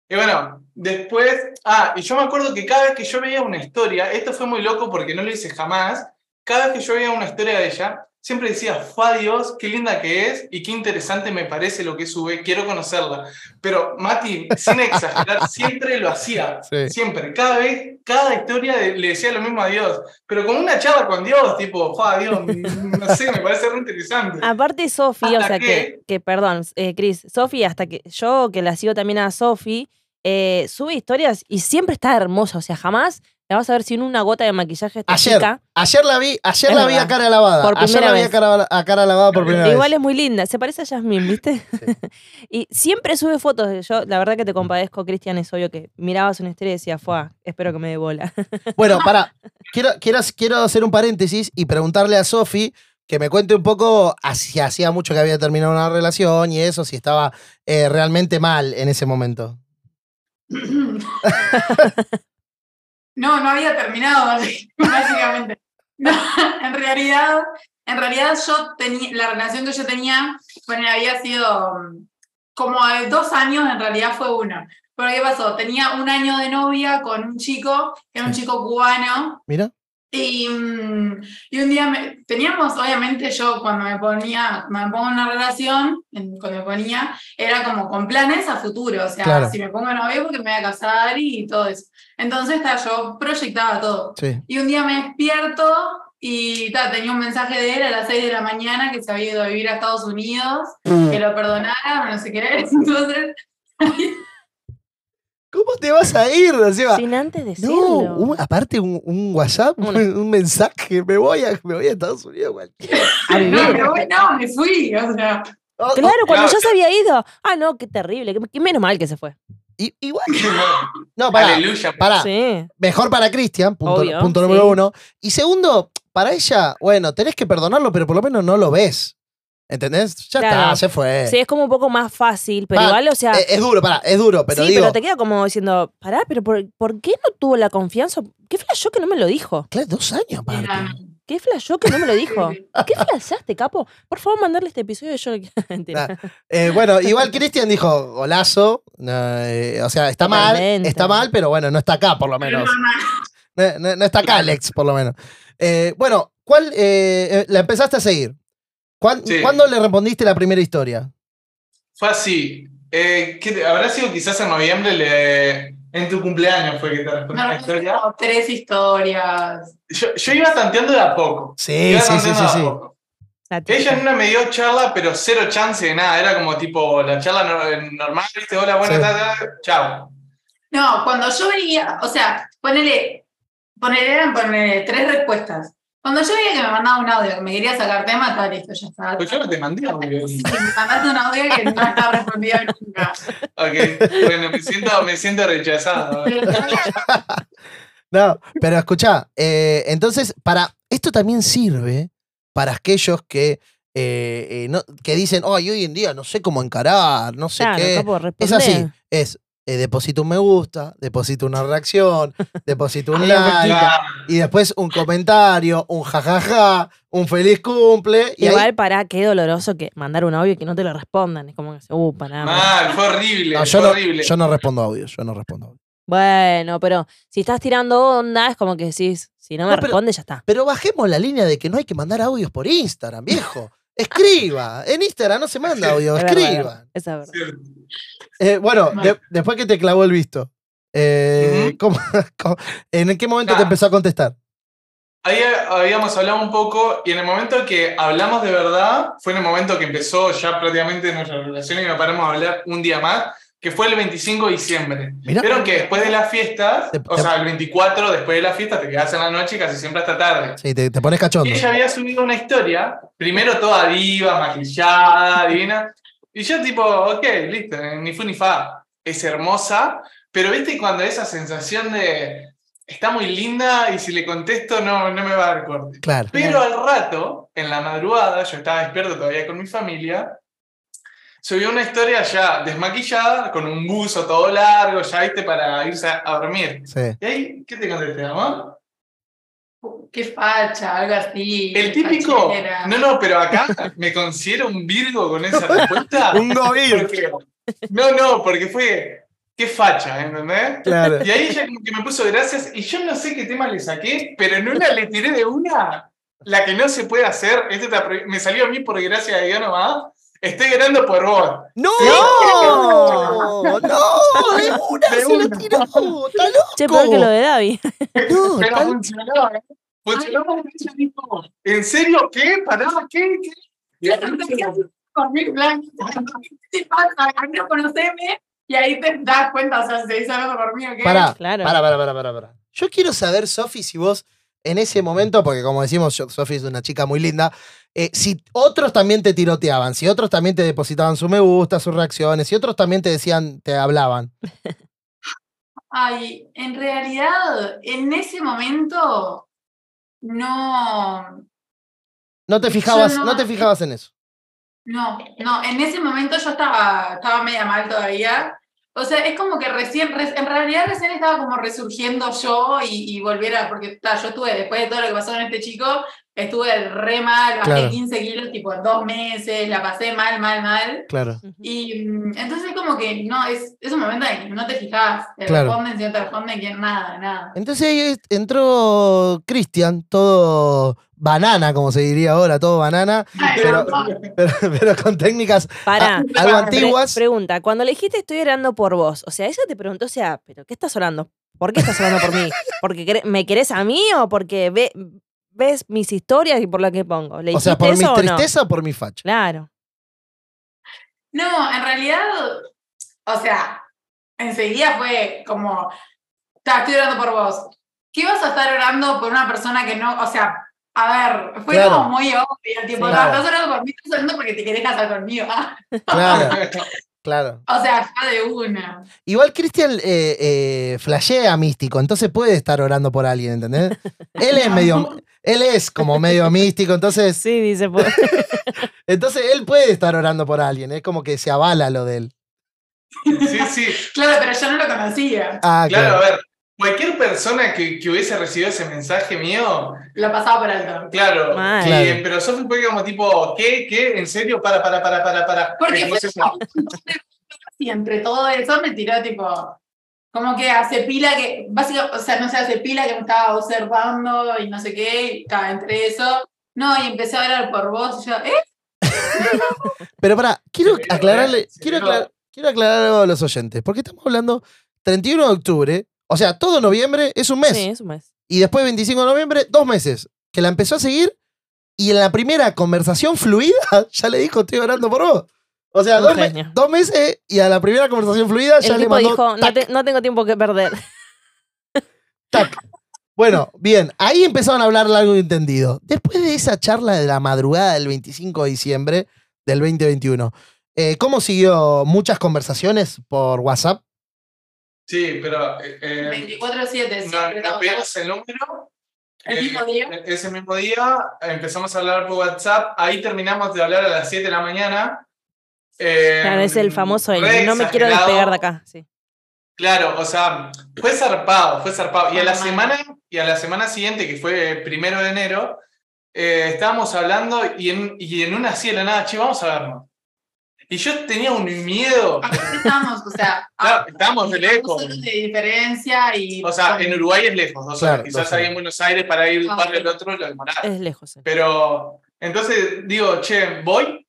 [SPEAKER 5] Y bueno, después, ah, y yo me acuerdo que cada vez que yo veía una historia, esto fue muy loco porque no lo hice jamás, cada vez que yo veía una historia de ella, siempre decía, fa Dios, qué linda que es y qué interesante me parece lo que sube, quiero conocerla. Pero Mati, sin exagerar, siempre lo hacía,
[SPEAKER 2] Sí.
[SPEAKER 5] siempre, cada vez, cada historia de- le decía lo mismo a Dios, pero con una chava con Dios, tipo, fa Dios, no sé, me parece re interesante. [LAUGHS]
[SPEAKER 3] Aparte, Sofi, o
[SPEAKER 5] ¿Hasta
[SPEAKER 3] sea que,
[SPEAKER 5] qué?
[SPEAKER 3] que perdón, eh, Cris, Sofi, hasta que yo que la sigo también a Sofi, eh, sube historias y siempre está hermosa, o sea, jamás la vas a ver sin una gota de maquillaje esta
[SPEAKER 2] Ayer,
[SPEAKER 3] chica.
[SPEAKER 2] ayer la vi, ayer
[SPEAKER 3] Es
[SPEAKER 2] la vi a
[SPEAKER 3] verdad.
[SPEAKER 2] cara lavada.
[SPEAKER 3] Por
[SPEAKER 2] ayer
[SPEAKER 3] primera
[SPEAKER 2] la vi a
[SPEAKER 3] vez.
[SPEAKER 2] cara, a cara lavada por primera
[SPEAKER 3] Igual
[SPEAKER 2] vez.
[SPEAKER 3] es muy linda, se parece a Yasmín, ¿viste? [LAUGHS] y siempre sube fotos. Yo, la verdad que te compadezco, Cristian, es obvio que mirabas una historia y decías, fue, espero que me dé bola.
[SPEAKER 2] [LAUGHS] Bueno, pará. Quiero, quiero, quiero hacer un paréntesis y preguntarle a Sofi que me cuente un poco si hacía mucho que había terminado una relación y eso, si estaba eh, realmente mal en ese momento.
[SPEAKER 4] No, no había terminado, [LAUGHS] básicamente. No, en realidad, en realidad yo tenía, la relación que yo tenía, bueno, había sido mm, como de dos años, en realidad fue una. Pero ¿qué pasó? Tenía un año de novia con un chico, era un
[SPEAKER 2] Sí.
[SPEAKER 4] chico cubano,
[SPEAKER 2] Mira.
[SPEAKER 4] y, mm, y un día me- teníamos, obviamente yo cuando me ponía, cuando me pongo en una relación, en- cuando me ponía, era como con planes a futuro, o sea,
[SPEAKER 2] Claro.
[SPEAKER 4] si me pongo novio porque me voy a casar y todo eso. Entonces ta, yo proyectaba todo.
[SPEAKER 2] Sí.
[SPEAKER 4] Y un día me despierto y ta, tenía un mensaje de él a las 6 de la mañana que se había ido a vivir a Estados Unidos, que lo perdonara, no sé qué. Entonces,
[SPEAKER 2] ¿Cómo te vas a ir? Encima?
[SPEAKER 3] Sin antes decirlo.
[SPEAKER 2] Ah, No, un- aparte un, un WhatsApp, un,
[SPEAKER 3] Una.
[SPEAKER 2] [LAUGHS] un mensaje, me voy a, me voy a Estados Unidos. güey.
[SPEAKER 3] A vivir.
[SPEAKER 4] no, me voy, no, me fui, o sea.
[SPEAKER 2] Oh, oh,
[SPEAKER 3] Claro, cuando
[SPEAKER 5] Claro.
[SPEAKER 3] yo se había ido. Ah, no, qué terrible. que- que menos mal que se fue.
[SPEAKER 2] i- igual. No, pará,
[SPEAKER 5] Aleluya. pues.
[SPEAKER 2] pará.
[SPEAKER 3] Sí.
[SPEAKER 2] Mejor para Cristian, punto,
[SPEAKER 3] Obvio,
[SPEAKER 2] punto número
[SPEAKER 3] sí.
[SPEAKER 2] uno. Y segundo, para ella, bueno, tenés que perdonarlo, pero por lo menos no lo ves. ¿Entendés? Ya está,
[SPEAKER 3] Claro.
[SPEAKER 2] se fue.
[SPEAKER 3] Sí, es como un poco más fácil, pero
[SPEAKER 2] Va,
[SPEAKER 3] igual, o sea.
[SPEAKER 2] Eh, es duro, pará, es duro, pero
[SPEAKER 3] sí,
[SPEAKER 2] digo.
[SPEAKER 3] pero te queda como diciendo, pará, pero por, por qué no tuvo la confianza? ¿Qué flashó que no me lo dijo?
[SPEAKER 2] Claro, dos años, aparte.
[SPEAKER 4] era-
[SPEAKER 3] ¿Qué flashó que no me
[SPEAKER 2] [LAUGHS]
[SPEAKER 3] lo dijo? ¿Qué flashaste, capo? Por favor, mandarle este episodio yo. [LAUGHS] Mentira.
[SPEAKER 2] Eh, bueno, igual Cristian dijo, golazo. no, eh, o sea, está mal,
[SPEAKER 3] Totalmente.
[SPEAKER 2] está mal, pero bueno, no está acá, por lo menos. No, no- no está acá Alex, por lo menos. Eh, bueno, ¿cuál eh, eh, la empezaste a seguir? ¿Cuán-
[SPEAKER 5] Sí.
[SPEAKER 2] ¿Cuándo le respondiste la primera historia?
[SPEAKER 5] Fue así. Eh, ¿qué te- habrá sido quizás en noviembre, le- en tu cumpleaños fue que te respondí
[SPEAKER 4] No,
[SPEAKER 5] la historia.
[SPEAKER 4] no, tres historias.
[SPEAKER 5] Yo, yo iba tanteando de a poco.
[SPEAKER 2] Sí,
[SPEAKER 5] Iba
[SPEAKER 2] sí, sí,
[SPEAKER 5] tanteando
[SPEAKER 2] sí,
[SPEAKER 5] de a
[SPEAKER 2] sí.
[SPEAKER 5] poco.
[SPEAKER 3] La típica.
[SPEAKER 5] Ella en una me dio charla, pero cero chance de nada. Era como tipo la charla no- eh, normal, viste, hola, buenas
[SPEAKER 2] Sí.
[SPEAKER 5] tardes, chao.
[SPEAKER 4] No, cuando yo venía, o sea, ponele, ponele, eran, ponele tres respuestas. Cuando yo veía que me mandaba un audio, que me quería sacar tema, está listo, ya está.
[SPEAKER 5] Pues yo no te mandé obvio.
[SPEAKER 4] [LAUGHS] Sí, me mandaste un audio que no está respondido nunca.
[SPEAKER 5] Ok, bueno, me siento, me siento rechazado.
[SPEAKER 2] No, pero escuchá, eh, entonces, para. Esto también sirve para aquellos que. eh, eh, no- que dicen, ay, hoy en día no sé cómo encarar, no sé
[SPEAKER 3] Claro,
[SPEAKER 2] qué.
[SPEAKER 3] capo,
[SPEAKER 2] Es
[SPEAKER 3] respondé.
[SPEAKER 2] así, es eh, deposito un me gusta, deposito una reacción,
[SPEAKER 3] [LAUGHS]
[SPEAKER 2] deposito un
[SPEAKER 3] Ay,
[SPEAKER 2] like,
[SPEAKER 5] Ah,
[SPEAKER 2] y después un comentario, un jajaja, un feliz cumple, y ahí
[SPEAKER 3] Igual, pará, qué doloroso que mandar un audio y que no te lo respondan. Es como que, uh, pará. pará.
[SPEAKER 5] Ah, mal, fue horrible,
[SPEAKER 2] No,
[SPEAKER 5] fue
[SPEAKER 2] yo, no,
[SPEAKER 5] horrible.
[SPEAKER 2] yo no respondo audios, yo no respondo audios.
[SPEAKER 3] Bueno, pero si estás tirando onda, es como que decís, si no me
[SPEAKER 2] No, pero-
[SPEAKER 3] responde, ya está.
[SPEAKER 2] Pero bajemos la línea de que no hay que mandar audios por Instagram,
[SPEAKER 3] [LAUGHS]
[SPEAKER 2] viejo. Escriba. En Instagram no se manda audio,
[SPEAKER 3] Es verdad, es verdad.
[SPEAKER 2] escriba.
[SPEAKER 3] Esa es verdad.
[SPEAKER 5] Cierto.
[SPEAKER 2] Eh, bueno, de- después que te clavó el visto. Eh, ¿cómo- [LAUGHS] cómo- en qué momento te
[SPEAKER 5] Ah.
[SPEAKER 2] empezó a contestar?
[SPEAKER 5] Ahí eh, habíamos hablado un poco y en el momento que hablamos de verdad, fue en el momento que empezó ya prácticamente nuestra relación y nos paramos a hablar un día más, que fue el 25 de diciembre.
[SPEAKER 2] Mirá.
[SPEAKER 5] Vieron que después de las fiestas,
[SPEAKER 2] Te-
[SPEAKER 5] o
[SPEAKER 2] te-
[SPEAKER 5] sea, el 24 después de las fiestas, te quedás en la noche y casi siempre hasta tarde.
[SPEAKER 2] Sí, te, te pones cachondo.
[SPEAKER 5] Y ella había subido una historia, primero toda diva, maquillada, divina. Y yo tipo, ok, listo, ni fu ni fa. Es hermosa, pero viste cuando esa sensación de está muy linda y si le contesto no, no me va a dar corte.
[SPEAKER 2] Claro.
[SPEAKER 5] Pero al rato, en la madrugada, yo estaba despierto todavía con mi familia, subió una historia ya desmaquillada, con un buzo todo largo, ya viste, para irse a a dormir.
[SPEAKER 2] Sí.
[SPEAKER 5] ¿Y ahí qué te contesté, amor?
[SPEAKER 4] Qué facha, algo así.
[SPEAKER 5] El típico.
[SPEAKER 4] fachera.
[SPEAKER 5] No, no, pero acá me considero un Virgo
[SPEAKER 2] [LAUGHS]
[SPEAKER 5] con esa respuesta.
[SPEAKER 2] Un gobir.
[SPEAKER 5] porque- no, no, porque fue. Qué facha, ¿eh? ¿entendés?
[SPEAKER 2] Claro.
[SPEAKER 5] [LAUGHS] Y ahí ella como que me puso gracias y yo no sé qué tema le saqué, pero en una le tiré de una. La que no se puede hacer, esto está prohi- me salió a mí por gracia de Dios nomás. Estoy ganando por vos.
[SPEAKER 2] ¡No! ¡No!
[SPEAKER 5] Sí.
[SPEAKER 2] ¡De una!
[SPEAKER 5] De
[SPEAKER 2] ¡Se lo
[SPEAKER 5] una.
[SPEAKER 2] tiró! ¡Está loco!
[SPEAKER 3] Che, peor que lo de Davi.
[SPEAKER 2] No,
[SPEAKER 5] [LAUGHS] Pero
[SPEAKER 2] está-
[SPEAKER 5] funcionó, ¿eh? Funcionó porque ella dijo, ¿en serio qué? ¿Pará? ¿Qué? ¿Qué? Y ahí yo-
[SPEAKER 4] Con mi blanco. ¿Qué te pasa? A mí no conoceme y ahí te das cuenta, o sea, se dice algo conmigo. ¿qué?
[SPEAKER 2] Pará,
[SPEAKER 3] Claro.
[SPEAKER 2] pará, pará, pará, pará, pará. Yo quiero saber, Sofi, si vos en ese momento, porque como decimos, yo- Sofi es una chica muy linda, eh, si otros también te tiroteaban, si otros también te depositaban su me gusta, sus reacciones, si otros también te decían, te hablaban.
[SPEAKER 4] Ay, en realidad, en ese momento, no,
[SPEAKER 2] No te fijabas,
[SPEAKER 4] Yo
[SPEAKER 2] no,
[SPEAKER 4] no-
[SPEAKER 2] te fijabas en eso.
[SPEAKER 4] No, no, en ese momento yo estaba, estaba media mal todavía. O sea, es como que recién, re- en realidad recién estaba como resurgiendo yo y, y volver a, porque ta, yo estuve, después de todo lo que pasó con este chico, estuve re mal, bajé
[SPEAKER 2] Claro.
[SPEAKER 4] 15 kilos tipo en dos meses, la pasé mal, mal, mal.
[SPEAKER 2] Claro.
[SPEAKER 4] Y mm, entonces es como que no, es, es un momento en el que no te fijás, te
[SPEAKER 2] Claro.
[SPEAKER 4] responden, si no te responden, que nada, nada.
[SPEAKER 2] Entonces ahí es- entró Cristian, todo banana, como se diría ahora, todo banana, [LAUGHS]
[SPEAKER 4] Ay,
[SPEAKER 2] pero-
[SPEAKER 4] no,
[SPEAKER 2] pero, pero con técnicas a-
[SPEAKER 3] Pará.
[SPEAKER 2] Ah, algo
[SPEAKER 3] Pre-
[SPEAKER 2] antiguas.
[SPEAKER 3] pregunta, cuando le dijiste estoy orando por vos, o sea, ella te preguntó, o sea, ¿pero qué estás orando? ¿Por qué estás orando por mí? ¿Porque quere- me querés a mí o porque ve- ves mis historias y por lo que pongo? ¿Le
[SPEAKER 2] O sea,
[SPEAKER 3] dijiste
[SPEAKER 2] por
[SPEAKER 3] eso
[SPEAKER 2] mi
[SPEAKER 3] o no?
[SPEAKER 2] tristeza o por mi facha.
[SPEAKER 3] Claro.
[SPEAKER 4] No, en realidad, o sea, enseguida fue como, "Ta, estoy orando por vos. ¿Qué vas a estar orando por una persona que no, o sea, a ver, fue
[SPEAKER 2] Claro.
[SPEAKER 4] como muy obvio, tipo,
[SPEAKER 3] Sí.
[SPEAKER 4] "Ta,
[SPEAKER 2] Claro.
[SPEAKER 4] estás orando por mí, estás orando porque te querés casar conmigo. [LAUGHS] ah".
[SPEAKER 3] [LAUGHS]
[SPEAKER 2] Claro, claro.
[SPEAKER 4] O sea, ya de una.
[SPEAKER 2] Igual Cristian eh, eh, flashea místico, entonces puede estar orando por alguien,
[SPEAKER 3] [LAUGHS]
[SPEAKER 2] ¿entendés? Él es medio, él es como medio místico, entonces,
[SPEAKER 3] Sí,
[SPEAKER 2] [LAUGHS]
[SPEAKER 3] dice. po-
[SPEAKER 2] entonces él puede estar orando por alguien, es como que se avala lo de él.
[SPEAKER 5] [LAUGHS] Sí, sí.
[SPEAKER 4] [LAUGHS] Claro, pero yo no lo conocía,
[SPEAKER 2] Ah,
[SPEAKER 5] Claro,
[SPEAKER 2] claro.
[SPEAKER 5] a ver, cualquier persona que, que hubiese recibido ese mensaje mío,
[SPEAKER 4] lo pasaba por alto.
[SPEAKER 5] claro,
[SPEAKER 3] Mal.
[SPEAKER 5] y-
[SPEAKER 2] Claro.
[SPEAKER 5] pero Sofi fue como tipo, ¿qué? ¿Qué? ¿En serio? Para, para, para, para, para.
[SPEAKER 4] Porque fue
[SPEAKER 5] Entonces,
[SPEAKER 4] [LAUGHS] como y entre todo eso me tiró tipo, como que hace pila que, básicamente, o sea, no sé, hace pila que me estaba observando y no sé qué, y ta, entre eso. No, y empecé a hablar por vos y yo, ¿eh?
[SPEAKER 2] Pero para, quiero
[SPEAKER 5] Sí, pero,
[SPEAKER 2] aclararle,
[SPEAKER 5] eh, sí,
[SPEAKER 2] quiero
[SPEAKER 5] pero-
[SPEAKER 2] aclarar, quiero aclarar algo a los oyentes, porque estamos hablando 31 de octubre, o sea, todo noviembre es un mes,
[SPEAKER 3] Sí, es un mes.
[SPEAKER 2] y después 25 de noviembre, dos meses, que la empezó a seguir y en la primera conversación fluida [LAUGHS] ya le dijo, estoy orando por vos. O sea,
[SPEAKER 3] Un
[SPEAKER 2] dos, me-
[SPEAKER 3] genio.
[SPEAKER 2] dos meses y a la primera conversación fluida ya
[SPEAKER 3] El
[SPEAKER 2] le
[SPEAKER 3] tipo
[SPEAKER 2] mandó...
[SPEAKER 3] dijo, no,
[SPEAKER 2] tac,
[SPEAKER 3] te- no tengo tiempo que
[SPEAKER 5] [LAUGHS]
[SPEAKER 3] perder.
[SPEAKER 2] tac. Bueno, bien, ahí empezaron a hablar largo y entendido. Después de esa charla de la madrugada del 25 de diciembre del 2021, eh, ¿cómo siguió muchas conversaciones por WhatsApp?
[SPEAKER 5] Sí, pero eh, eh,
[SPEAKER 4] 24-7,
[SPEAKER 5] no,
[SPEAKER 4] siempre
[SPEAKER 5] no
[SPEAKER 4] estamos
[SPEAKER 5] pedimos el número.
[SPEAKER 4] El
[SPEAKER 5] Eh,
[SPEAKER 4] mismo
[SPEAKER 5] [LAUGHS]
[SPEAKER 4] día.
[SPEAKER 5] Ese mismo día empezamos a hablar por WhatsApp. Ahí terminamos de hablar a las 7 de la mañana. Eh,
[SPEAKER 3] Claro, es el famoso, el
[SPEAKER 5] re
[SPEAKER 3] no me quiero
[SPEAKER 5] exagerado.
[SPEAKER 3] despegar de acá. Sí.
[SPEAKER 5] Claro, o sea, fue zarpado, fue zarpado. Y a la
[SPEAKER 4] Mal.
[SPEAKER 5] semana, y a la semana siguiente, que fue eh, primero de enero, eh, estábamos hablando y en, y en una así de la nada, che, vamos a vernos. Y yo tenía un miedo.
[SPEAKER 4] Aparte estamos, o sea,
[SPEAKER 5] Claro, estamos de lejos.
[SPEAKER 4] dos horas de diferencia y
[SPEAKER 5] O sea, en Uruguay es lejos, o sea,
[SPEAKER 2] Claro,
[SPEAKER 5] quizás
[SPEAKER 2] dos
[SPEAKER 5] ahí
[SPEAKER 2] horas.
[SPEAKER 5] en Buenos Aires para ir de un
[SPEAKER 4] Ah,
[SPEAKER 5] barrio al
[SPEAKER 4] ok.
[SPEAKER 5] otro lo demoraba.
[SPEAKER 3] Es lejos.
[SPEAKER 5] Pero entonces digo, che, voy.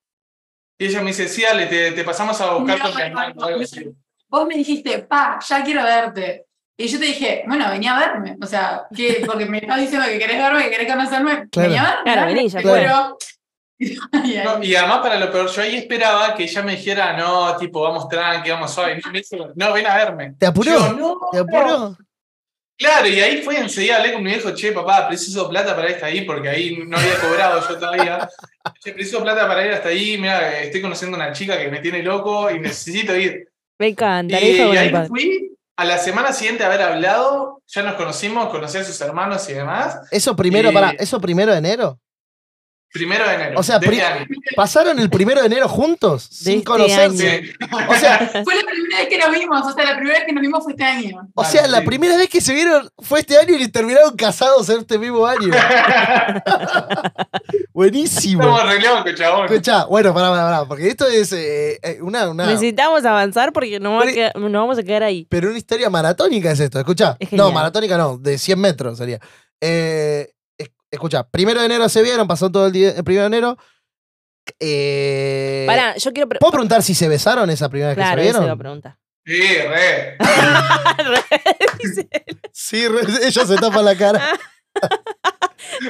[SPEAKER 5] Y ella me dice, sí, dale, te, te pasamos a buscar
[SPEAKER 4] No,
[SPEAKER 5] con mi
[SPEAKER 4] no,
[SPEAKER 5] hermano.
[SPEAKER 4] no,
[SPEAKER 5] algo
[SPEAKER 4] no.
[SPEAKER 5] así.
[SPEAKER 4] vos me dijiste, pa, ya quiero verte. Y yo te dije, bueno, vení a verme. O sea,
[SPEAKER 2] [LAUGHS]
[SPEAKER 4] que porque me estás diciendo que querés verme, que querés conocerme.
[SPEAKER 2] Claro.
[SPEAKER 4] Vení a verme.
[SPEAKER 3] Claro, vení, ya
[SPEAKER 4] Te
[SPEAKER 2] fue.
[SPEAKER 4] juro. [LAUGHS] Y ahí-
[SPEAKER 5] No, y además para lo peor, yo ahí esperaba que ella me dijera, no, tipo, vamos tranqui, vamos suave. Me dice, no, ven a verme.
[SPEAKER 2] ¿Te
[SPEAKER 5] Yo,
[SPEAKER 2] apuró?
[SPEAKER 5] no,
[SPEAKER 2] ¿Te apuró?
[SPEAKER 5] Claro, y ahí fue enseguida, hablé con mi viejo, che, papá, preciso plata para ir hasta ahí, porque ahí no había cobrado yo
[SPEAKER 2] [LAUGHS]
[SPEAKER 5] todavía. Che, preciso plata para ir hasta ahí, mira, estoy conociendo a una chica que me tiene loco y necesito ir.
[SPEAKER 3] Me encanta, le
[SPEAKER 5] Y,
[SPEAKER 3] dijo con el
[SPEAKER 5] ahí
[SPEAKER 3] padre.
[SPEAKER 5] fui, a la semana siguiente de haber hablado, ya nos conocimos, conocí a sus hermanos y demás,
[SPEAKER 2] ¿Eso primero,
[SPEAKER 5] Y-
[SPEAKER 2] pará, ¿eso primero de enero?
[SPEAKER 5] primero de enero.
[SPEAKER 2] O sea,
[SPEAKER 5] de este
[SPEAKER 2] pri-
[SPEAKER 5] año.
[SPEAKER 2] ¿Pasaron el primero de enero juntos?
[SPEAKER 3] De
[SPEAKER 2] Sin
[SPEAKER 3] este
[SPEAKER 2] conocerse.
[SPEAKER 3] año.
[SPEAKER 5] Sí.
[SPEAKER 2] O sea,
[SPEAKER 4] Fue la primera vez que nos vimos. O sea, la primera vez que nos vimos fue este año.
[SPEAKER 2] o
[SPEAKER 5] Vale,
[SPEAKER 2] sea, la
[SPEAKER 5] sí.
[SPEAKER 2] primera vez que se vieron fue este año y le terminaron casados en este mismo año. Buenísimo.
[SPEAKER 5] Estamos re locos, chabón.
[SPEAKER 2] Escucha, bueno, pará, pará, pará, porque esto es eh, eh, una, una-
[SPEAKER 3] Necesitamos avanzar porque no, va a
[SPEAKER 2] Pero-
[SPEAKER 3] quedar- no vamos a quedar ahí.
[SPEAKER 2] Pero una historia maratónica es esto, escucha.
[SPEAKER 3] Es
[SPEAKER 2] no,
[SPEAKER 3] genial.
[SPEAKER 2] maratónica no, de 100 metros sería. Eh, es- escucha, primero de enero se vieron, pasó todo el, día- el primero de enero. Eh,
[SPEAKER 3] Pará, yo quiero. pre-
[SPEAKER 2] ¿Puedo preguntar si se besaron esa primera vez
[SPEAKER 3] Claro,
[SPEAKER 2] que se
[SPEAKER 3] eso iba a
[SPEAKER 2] vieron?
[SPEAKER 3] [LAUGHS] preguntar.
[SPEAKER 5] Sí, re.
[SPEAKER 3] Dice,
[SPEAKER 2] Sí, re- [LAUGHS] ella se tapa la cara.
[SPEAKER 3] [LAUGHS]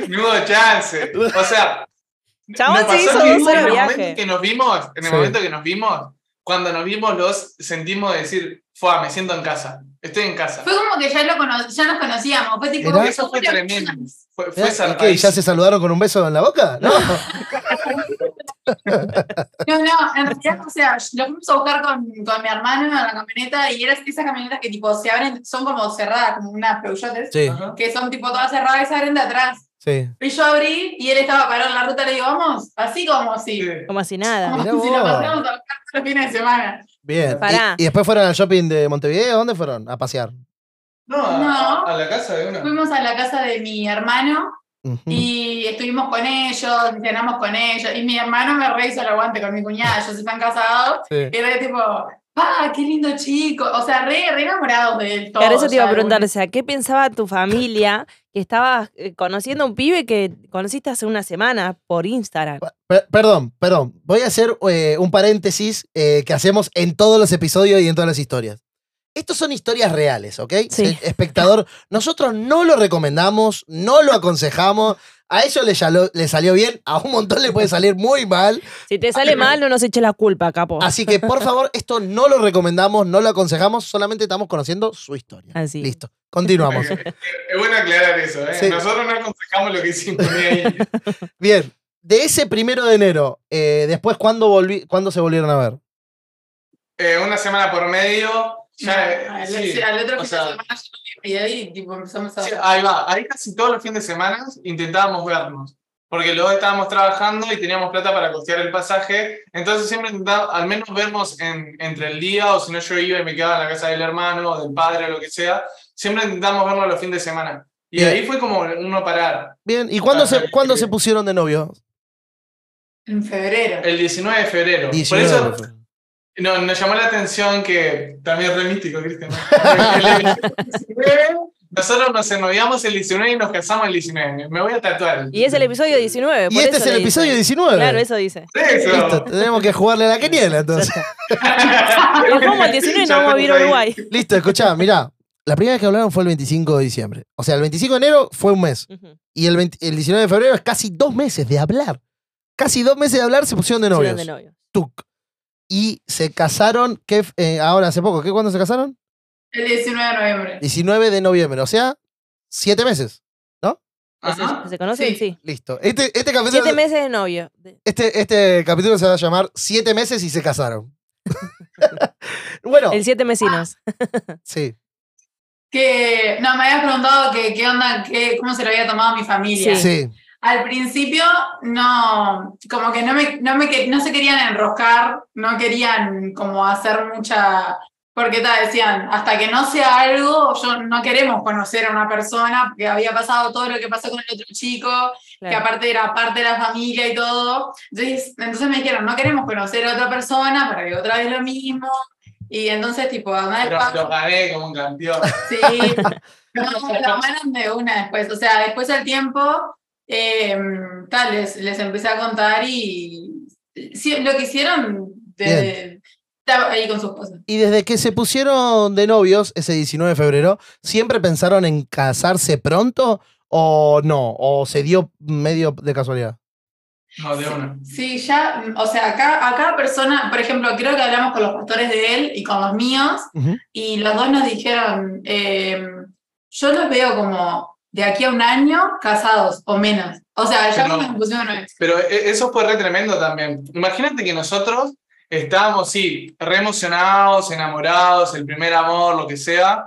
[SPEAKER 5] No hubo chance. O sea,
[SPEAKER 3] [LAUGHS] Chabón
[SPEAKER 5] nos
[SPEAKER 3] se hizo
[SPEAKER 5] pasó que
[SPEAKER 3] dos
[SPEAKER 5] en
[SPEAKER 3] horas
[SPEAKER 5] el
[SPEAKER 3] de viaje.
[SPEAKER 5] momento que nos vimos, en el
[SPEAKER 2] Sí.
[SPEAKER 5] momento que nos vimos, cuando nos vimos los sentimos decir, fue, me siento en casa, estoy en casa.
[SPEAKER 4] Fue como que ya, lo cono- ya nos conocíamos. Fue tipo,
[SPEAKER 2] Era-
[SPEAKER 4] "Uy,
[SPEAKER 5] Eso fue
[SPEAKER 4] hola,
[SPEAKER 5] tremendo.
[SPEAKER 4] ¿cómo estás?".
[SPEAKER 5] Fue,
[SPEAKER 2] ¿Eh? ¿Y
[SPEAKER 5] fue
[SPEAKER 2] qué, ¿Ya
[SPEAKER 5] zarpadísimo.
[SPEAKER 2] se saludaron con un beso en la
[SPEAKER 3] [LAUGHS]
[SPEAKER 2] boca? No.
[SPEAKER 4] No, no, en realidad, o sea, lo fuimos a buscar con, con mi hermano en la camioneta y eran esas camionetas que tipo se abren, son como cerradas, como unas Peugeotes,
[SPEAKER 2] Sí,
[SPEAKER 5] Ajá.
[SPEAKER 4] que son tipo todas cerradas y se abren de atrás.
[SPEAKER 2] sí.
[SPEAKER 4] Y yo abrí y él estaba parado en la ruta, le digo, vamos, así como si,
[SPEAKER 5] Sí.
[SPEAKER 3] Como si
[SPEAKER 2] [LAUGHS]
[SPEAKER 3] nada.
[SPEAKER 4] como
[SPEAKER 2] Mirá
[SPEAKER 4] si nos
[SPEAKER 2] vos.
[SPEAKER 4] pasáramos a buscar todos los fines de semana.
[SPEAKER 2] Bien.
[SPEAKER 3] Pará.
[SPEAKER 2] Y, y después fueron al shopping de Montevideo? ¿Dónde fueron? A pasear.
[SPEAKER 5] No, a,
[SPEAKER 4] No.
[SPEAKER 5] a la casa de una.
[SPEAKER 4] Fuimos a la casa de mi hermano
[SPEAKER 2] Ujú.
[SPEAKER 5] Mm.
[SPEAKER 4] y estuvimos con ellos, cenamos con ellos, y mi hermano me re hizo el aguante con mi cuñada, ellos están casados,
[SPEAKER 2] Sí.
[SPEAKER 4] y era tipo, ¡ah, qué lindo chico! O sea, re, re enamorados de él.
[SPEAKER 3] Claro,
[SPEAKER 4] todos,
[SPEAKER 3] eso te iba
[SPEAKER 4] ya,
[SPEAKER 3] a preguntar, o sea, ¿qué pensaba tu familia que estabas eh, conociendo a un pibe que conociste hace una semana por Instagram?
[SPEAKER 2] Per- perdón, perdón. Voy a hacer eh, un paréntesis eh, que hacemos en todos los episodios y en todas las historias. Estos son historias reales, ¿ok?
[SPEAKER 3] Sí.
[SPEAKER 2] Se- Espectador, nosotros no lo recomendamos, no lo aconsejamos. A ellos les, salo- les salió bien, a un montón le puede salir muy mal.
[SPEAKER 3] Si te sale mal, no nos eche la culpa, capo.
[SPEAKER 2] Así que, por favor, esto no lo recomendamos, no lo aconsejamos, solamente estamos conociendo su historia.
[SPEAKER 3] Así.
[SPEAKER 2] Listo, continuamos.
[SPEAKER 5] [LAUGHS] Es bueno aclarar eso, ¿eh?
[SPEAKER 2] Sí.
[SPEAKER 5] Nosotros no aconsejamos lo que hicimos ni ahí.
[SPEAKER 2] Bien, de ese primero de enero, eh, después, ¿cuándo, volví, ¿cuándo se volvieron a ver?
[SPEAKER 5] Eh, una semana por medio, ya. eh,
[SPEAKER 4] al,
[SPEAKER 5] sí.
[SPEAKER 4] al otro
[SPEAKER 5] o
[SPEAKER 4] fin de
[SPEAKER 5] sea,
[SPEAKER 4] semana yo no vi, y ahí tipo, empezamos a
[SPEAKER 5] sí, ahí va, ahí casi todos los fines de semana intentábamos vernos. Porque luego estábamos trabajando y teníamos plata para costear el pasaje. Entonces siempre intentábamos, al menos vernos en- entre el día, o si no, yo iba y me quedaba en la casa del hermano, o del padre, o lo que sea. Siempre intentamos vernos los fines de semana. Y
[SPEAKER 2] Bien.
[SPEAKER 5] ahí fue como uno parar.
[SPEAKER 2] Bien, ¿y cuándo,
[SPEAKER 5] Ah,
[SPEAKER 2] se, ¿cuándo
[SPEAKER 5] sí.
[SPEAKER 2] se pusieron de novio?
[SPEAKER 4] en febrero.
[SPEAKER 5] El 19 de febrero.
[SPEAKER 2] 19
[SPEAKER 5] Por eso
[SPEAKER 2] fue.
[SPEAKER 5] No, nos llamó la atención que también es re místico, Cristian. El 19, Nosotros nos ennoviamos el 19 y nos casamos el 19. Me voy a tatuar.
[SPEAKER 3] Y es el episodio 19.
[SPEAKER 2] Y
[SPEAKER 3] por
[SPEAKER 2] este
[SPEAKER 3] eso
[SPEAKER 2] es el
[SPEAKER 3] le dicen.
[SPEAKER 2] episodio 19.
[SPEAKER 3] Claro, eso dice.
[SPEAKER 5] Eso.
[SPEAKER 2] Listo, tenemos que jugarle a la quiniela
[SPEAKER 3] [LAUGHS]
[SPEAKER 2] entonces. Ah,
[SPEAKER 3] Nos vamos al 19 y
[SPEAKER 5] Ya
[SPEAKER 3] nos vamos a ir a
[SPEAKER 5] estamos ahí.
[SPEAKER 3] Uruguay.
[SPEAKER 2] [LAUGHS] Listo, escuchá, mirá. La primera vez que hablaron fue el 25 de diciembre. O sea, el 25 de enero fue un mes.
[SPEAKER 3] Ujú.
[SPEAKER 2] Y el, 20 el 19 de febrero es casi dos meses de hablar. Casi dos meses de hablar se pusieron de
[SPEAKER 3] Se
[SPEAKER 2] novios.
[SPEAKER 3] van de novios.
[SPEAKER 2] Tuc. Y se casaron, que eh, ahora hace poco, ¿qué? ¿Cuándo se casaron?
[SPEAKER 4] El 19 de noviembre.
[SPEAKER 2] 19 de noviembre, o sea, siete meses.
[SPEAKER 5] Ajá.
[SPEAKER 3] ¿Se conocen?
[SPEAKER 4] Sí.
[SPEAKER 3] Sí.
[SPEAKER 2] Listo. Este, este, capítulo,
[SPEAKER 3] Siete meses de novio. De-
[SPEAKER 2] este, este capítulo se va a llamar Siete meses y se
[SPEAKER 3] [LAUGHS]
[SPEAKER 2] casaron. [LAUGHS] bueno,
[SPEAKER 3] El siete
[SPEAKER 2] Ah,
[SPEAKER 3] mesinos.
[SPEAKER 2] sí.
[SPEAKER 4] Que, no, me habías preguntado que, qué onda, que, cómo se lo había tomado mi familia.
[SPEAKER 3] Sí.
[SPEAKER 2] Sí.
[SPEAKER 4] Al principio, no, como que no, me, no, me, que- no se querían enroscar, no querían como hacer mucha... Porque ta, decían, hasta que no sea algo, yo no queremos conocer a una persona, porque había pasado todo lo que pasó con el otro chico, que
[SPEAKER 3] Claro.
[SPEAKER 4] aparte era parte de la familia y todo. Entonces, entonces me dijeron, no queremos conocer a otra persona para que otra vez lo mismo. Y entonces, tipo, además
[SPEAKER 5] Pero lo gané como un campeón.
[SPEAKER 4] Sí, no, la amaron de una después. O sea, después al tiempo, eh, tal, les, les empecé a contar y sí, lo que hicieron de-
[SPEAKER 2] Bien.
[SPEAKER 4] Está ahí con sus cosas.
[SPEAKER 2] Y desde que se pusieron de novios ese 19 de febrero, ¿siempre pensaron en casarse pronto o no? ¿O se dio medio de casualidad?
[SPEAKER 5] No, de una.
[SPEAKER 4] Sí, ya, mm, o sea, acá, a cada persona, por ejemplo, creo que hablamos con los pastores de él y con los míos,
[SPEAKER 2] Ujú.
[SPEAKER 4] y los dos nos dijeron, eh, yo los veo como de aquí a un año casados o menos. O sea, ya
[SPEAKER 5] Pero-
[SPEAKER 4] como conclusión no es.
[SPEAKER 5] Pero e- eso fue re tremendo también. Imagínate que nosotros estábamos, sí, re emocionados, enamorados, el primer amor, lo que sea.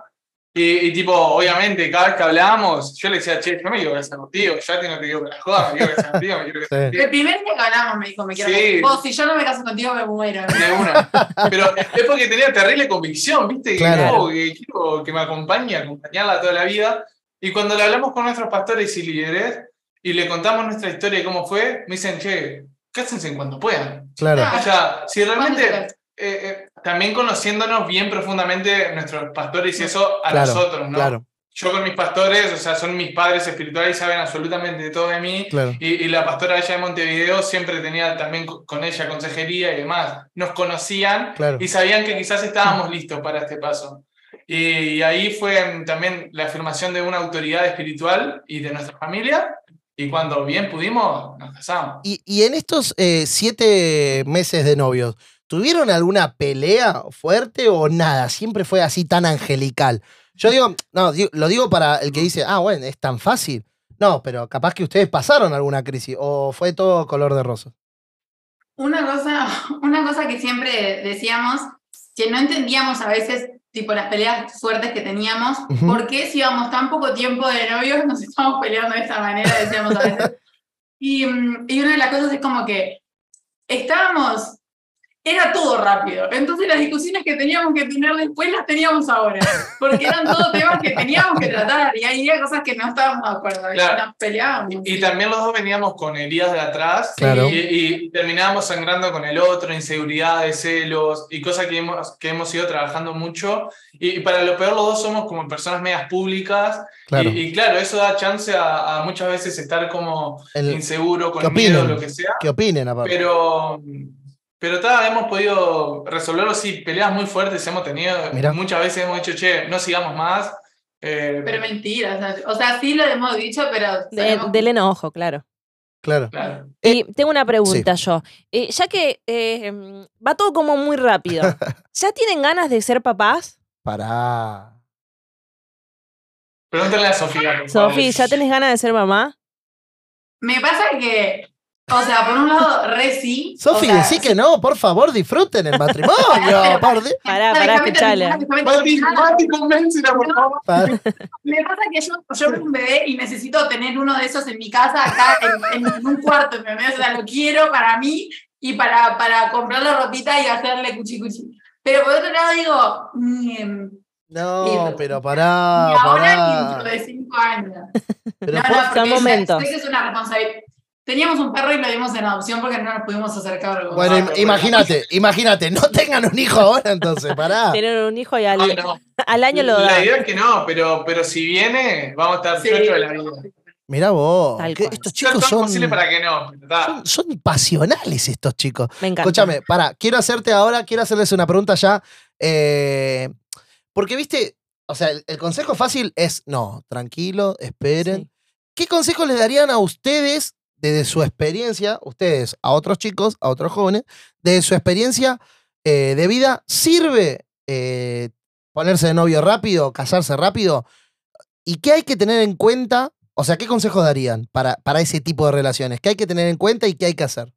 [SPEAKER 5] Y, y tipo, obviamente, cada vez que hablábamos, yo le decía, che, yo me quiero casar contigo, ya te no te quiero que la joda, me quiero casar contigo, me quiero casar
[SPEAKER 2] Sí.
[SPEAKER 5] contigo.
[SPEAKER 4] El primer día que hablamos me dijo, me quiero
[SPEAKER 5] Sí.
[SPEAKER 4] casar. Vos, si yo no me caso contigo, me muero.
[SPEAKER 5] De una. Pero es porque tenía terrible convicción, ¿viste? Y
[SPEAKER 2] Claro.
[SPEAKER 5] no, que quiero que me acompañe, acompañarla toda la vida. Y cuando le hablamos con nuestros pastores y líderes y le contamos nuestra historia y cómo fue, me dicen, che, cásense en cuanto puedan.
[SPEAKER 2] Claro.
[SPEAKER 4] Ah,
[SPEAKER 5] O sea, si realmente,
[SPEAKER 4] ¿Cuándo
[SPEAKER 5] eh, eh, también conociéndonos bien profundamente nuestros pastores y eso a
[SPEAKER 2] Claro,
[SPEAKER 5] nosotros, ¿no?
[SPEAKER 2] Claro,
[SPEAKER 5] Yo con mis pastores, o sea, son mis padres espirituales y saben absolutamente de todo de mí.
[SPEAKER 2] claro.
[SPEAKER 5] Y, y la pastora allá de Montevideo siempre tenía también co- con ella consejería y demás. Nos conocían
[SPEAKER 2] Claro.
[SPEAKER 5] y sabían que quizás estábamos listos para este paso. Y, y ahí fue mm, también la afirmación de una autoridad espiritual y de nuestra familia. Y cuando bien pudimos, nos casamos.
[SPEAKER 2] Y, y en estos eh, siete meses de novios, ¿tuvieron alguna pelea fuerte o nada? Siempre fue así tan angelical. Yo digo, no, di- lo digo para el que dice, ah, bueno, es tan fácil. No, pero capaz que ustedes pasaron alguna crisis o fue todo color de rosa.
[SPEAKER 4] Una cosa, [LAUGHS] una cosa que siempre decíamos, que no entendíamos a veces, tipo las peleas fuertes que teníamos,
[SPEAKER 2] Ujú.
[SPEAKER 4] por qué si íbamos tan poco tiempo de novios nos [LAUGHS] estábamos peleando de esta manera, decíamos a veces. Y, mm, y una de las cosas es como que estábamos, era todo rápido, entonces las discusiones que teníamos que tener después las teníamos ahora, porque eran todos temas que teníamos que tratar y ahí había cosas que no estábamos de acuerdo, y
[SPEAKER 5] Claro.
[SPEAKER 4] nos peleábamos.
[SPEAKER 5] Y también los dos veníamos con heridas de atrás
[SPEAKER 2] Claro.
[SPEAKER 5] y, y terminábamos sangrando con el otro, inseguridades, celos y cosas que hemos, que hemos ido trabajando mucho. Y, y para lo peor, los dos somos como personas medias públicas.
[SPEAKER 2] Claro.
[SPEAKER 5] Y, y claro, eso da chance a, a muchas veces estar como
[SPEAKER 2] El-
[SPEAKER 5] inseguro,
[SPEAKER 2] ¿qué
[SPEAKER 5] con miedo,
[SPEAKER 2] opinan?
[SPEAKER 5] lo que sea.
[SPEAKER 2] ¿Qué opinen, aparte?
[SPEAKER 5] Pero, pero ta, hemos podido resolverlo, sí, peleas muy fuertes hemos tenido.
[SPEAKER 2] Mirá.
[SPEAKER 5] Muchas veces hemos dicho, che, no sigamos más. Eh,
[SPEAKER 4] Pero mentira, o sea, o sea, sí lo hemos dicho, pero...
[SPEAKER 3] De-
[SPEAKER 4] sabemos-
[SPEAKER 3] del enojo, claro.
[SPEAKER 2] claro.
[SPEAKER 5] claro.
[SPEAKER 2] Eh,
[SPEAKER 3] Y tengo una pregunta yo. Eh, ya que eh, mm, va todo como
[SPEAKER 2] [LAUGHS]
[SPEAKER 3] muy rápido, ¿ya tienen ganas de ser papás?
[SPEAKER 2] Pará.
[SPEAKER 5] Pregúntale a Sofía. por favor.
[SPEAKER 3] Sofi, ¿ya tenés ganas de ser mamá?
[SPEAKER 4] Me pasa que, o sea, por un lado, re sí. o
[SPEAKER 2] Sofi,
[SPEAKER 4] sea,
[SPEAKER 2] decí que no, por favor, disfruten el
[SPEAKER 4] [LAUGHS]
[SPEAKER 2] matrimonio. por di-
[SPEAKER 3] Pará, pará,
[SPEAKER 4] Déjame terminar,
[SPEAKER 3] escuchala.
[SPEAKER 4] déjame
[SPEAKER 5] Mati,
[SPEAKER 4] terminar.
[SPEAKER 5] Mati, convéncela, por favor.
[SPEAKER 4] [LAUGHS]
[SPEAKER 2] par-
[SPEAKER 4] Me pasa que yo, yo tengo un bebé y necesito tener uno de esos en mi casa, acá, en, en un cuarto, ¿entendés? O sea, lo quiero para mí y para, para comprar la ropita y hacerle cuchi cuchi. Pero por otro lado digo, mm, ni
[SPEAKER 2] No,
[SPEAKER 4] Listo.
[SPEAKER 2] pero Ah, pará,
[SPEAKER 4] ahora ni dentro
[SPEAKER 2] pará.
[SPEAKER 4] de cinco años.
[SPEAKER 2] Pero
[SPEAKER 4] No,
[SPEAKER 2] por-
[SPEAKER 4] no, porque
[SPEAKER 3] son
[SPEAKER 4] sé-
[SPEAKER 3] momentos.
[SPEAKER 4] sé que es una responsabilidad. Teníamos un perro y lo dimos en adopción porque no nos pudimos hacer cargo.
[SPEAKER 2] Bueno,
[SPEAKER 5] Ah,
[SPEAKER 2] im-
[SPEAKER 5] pero
[SPEAKER 2] imagínate, imagínate, no tengan un hijo ahora entonces, pará.
[SPEAKER 3] Tener un hijo y al,
[SPEAKER 5] Ay, Ah, no.
[SPEAKER 3] al año lo
[SPEAKER 5] La
[SPEAKER 3] dan.
[SPEAKER 5] idea es que no, pero, pero si viene, vamos a estar
[SPEAKER 4] Sí.
[SPEAKER 5] chocho de la vida.
[SPEAKER 2] Mirá vos,
[SPEAKER 3] Tal
[SPEAKER 2] que
[SPEAKER 3] cual.
[SPEAKER 2] estos
[SPEAKER 5] Todo
[SPEAKER 2] chicos
[SPEAKER 5] es
[SPEAKER 2] son,
[SPEAKER 5] posible para que no. pero ta.
[SPEAKER 2] son, son pasionales estos chicos.
[SPEAKER 3] Me encanta.
[SPEAKER 2] Escúchame, pará, quiero hacerte ahora, quiero hacerles una pregunta ya. eh, porque, viste, o sea, el, el consejo fácil es, no, tranquilo, esperen.
[SPEAKER 3] Sí.
[SPEAKER 2] ¿Qué consejos le darían a ustedes, desde su experiencia, ustedes, a otros chicos, a otros jóvenes, desde su experiencia eh, de vida, ¿sirve eh, ponerse de novio rápido, casarse rápido? ¿Y qué hay que tener en cuenta? O sea, ¿qué consejos darían para, para ese tipo de relaciones? ¿Qué hay que tener en cuenta y qué hay que hacer?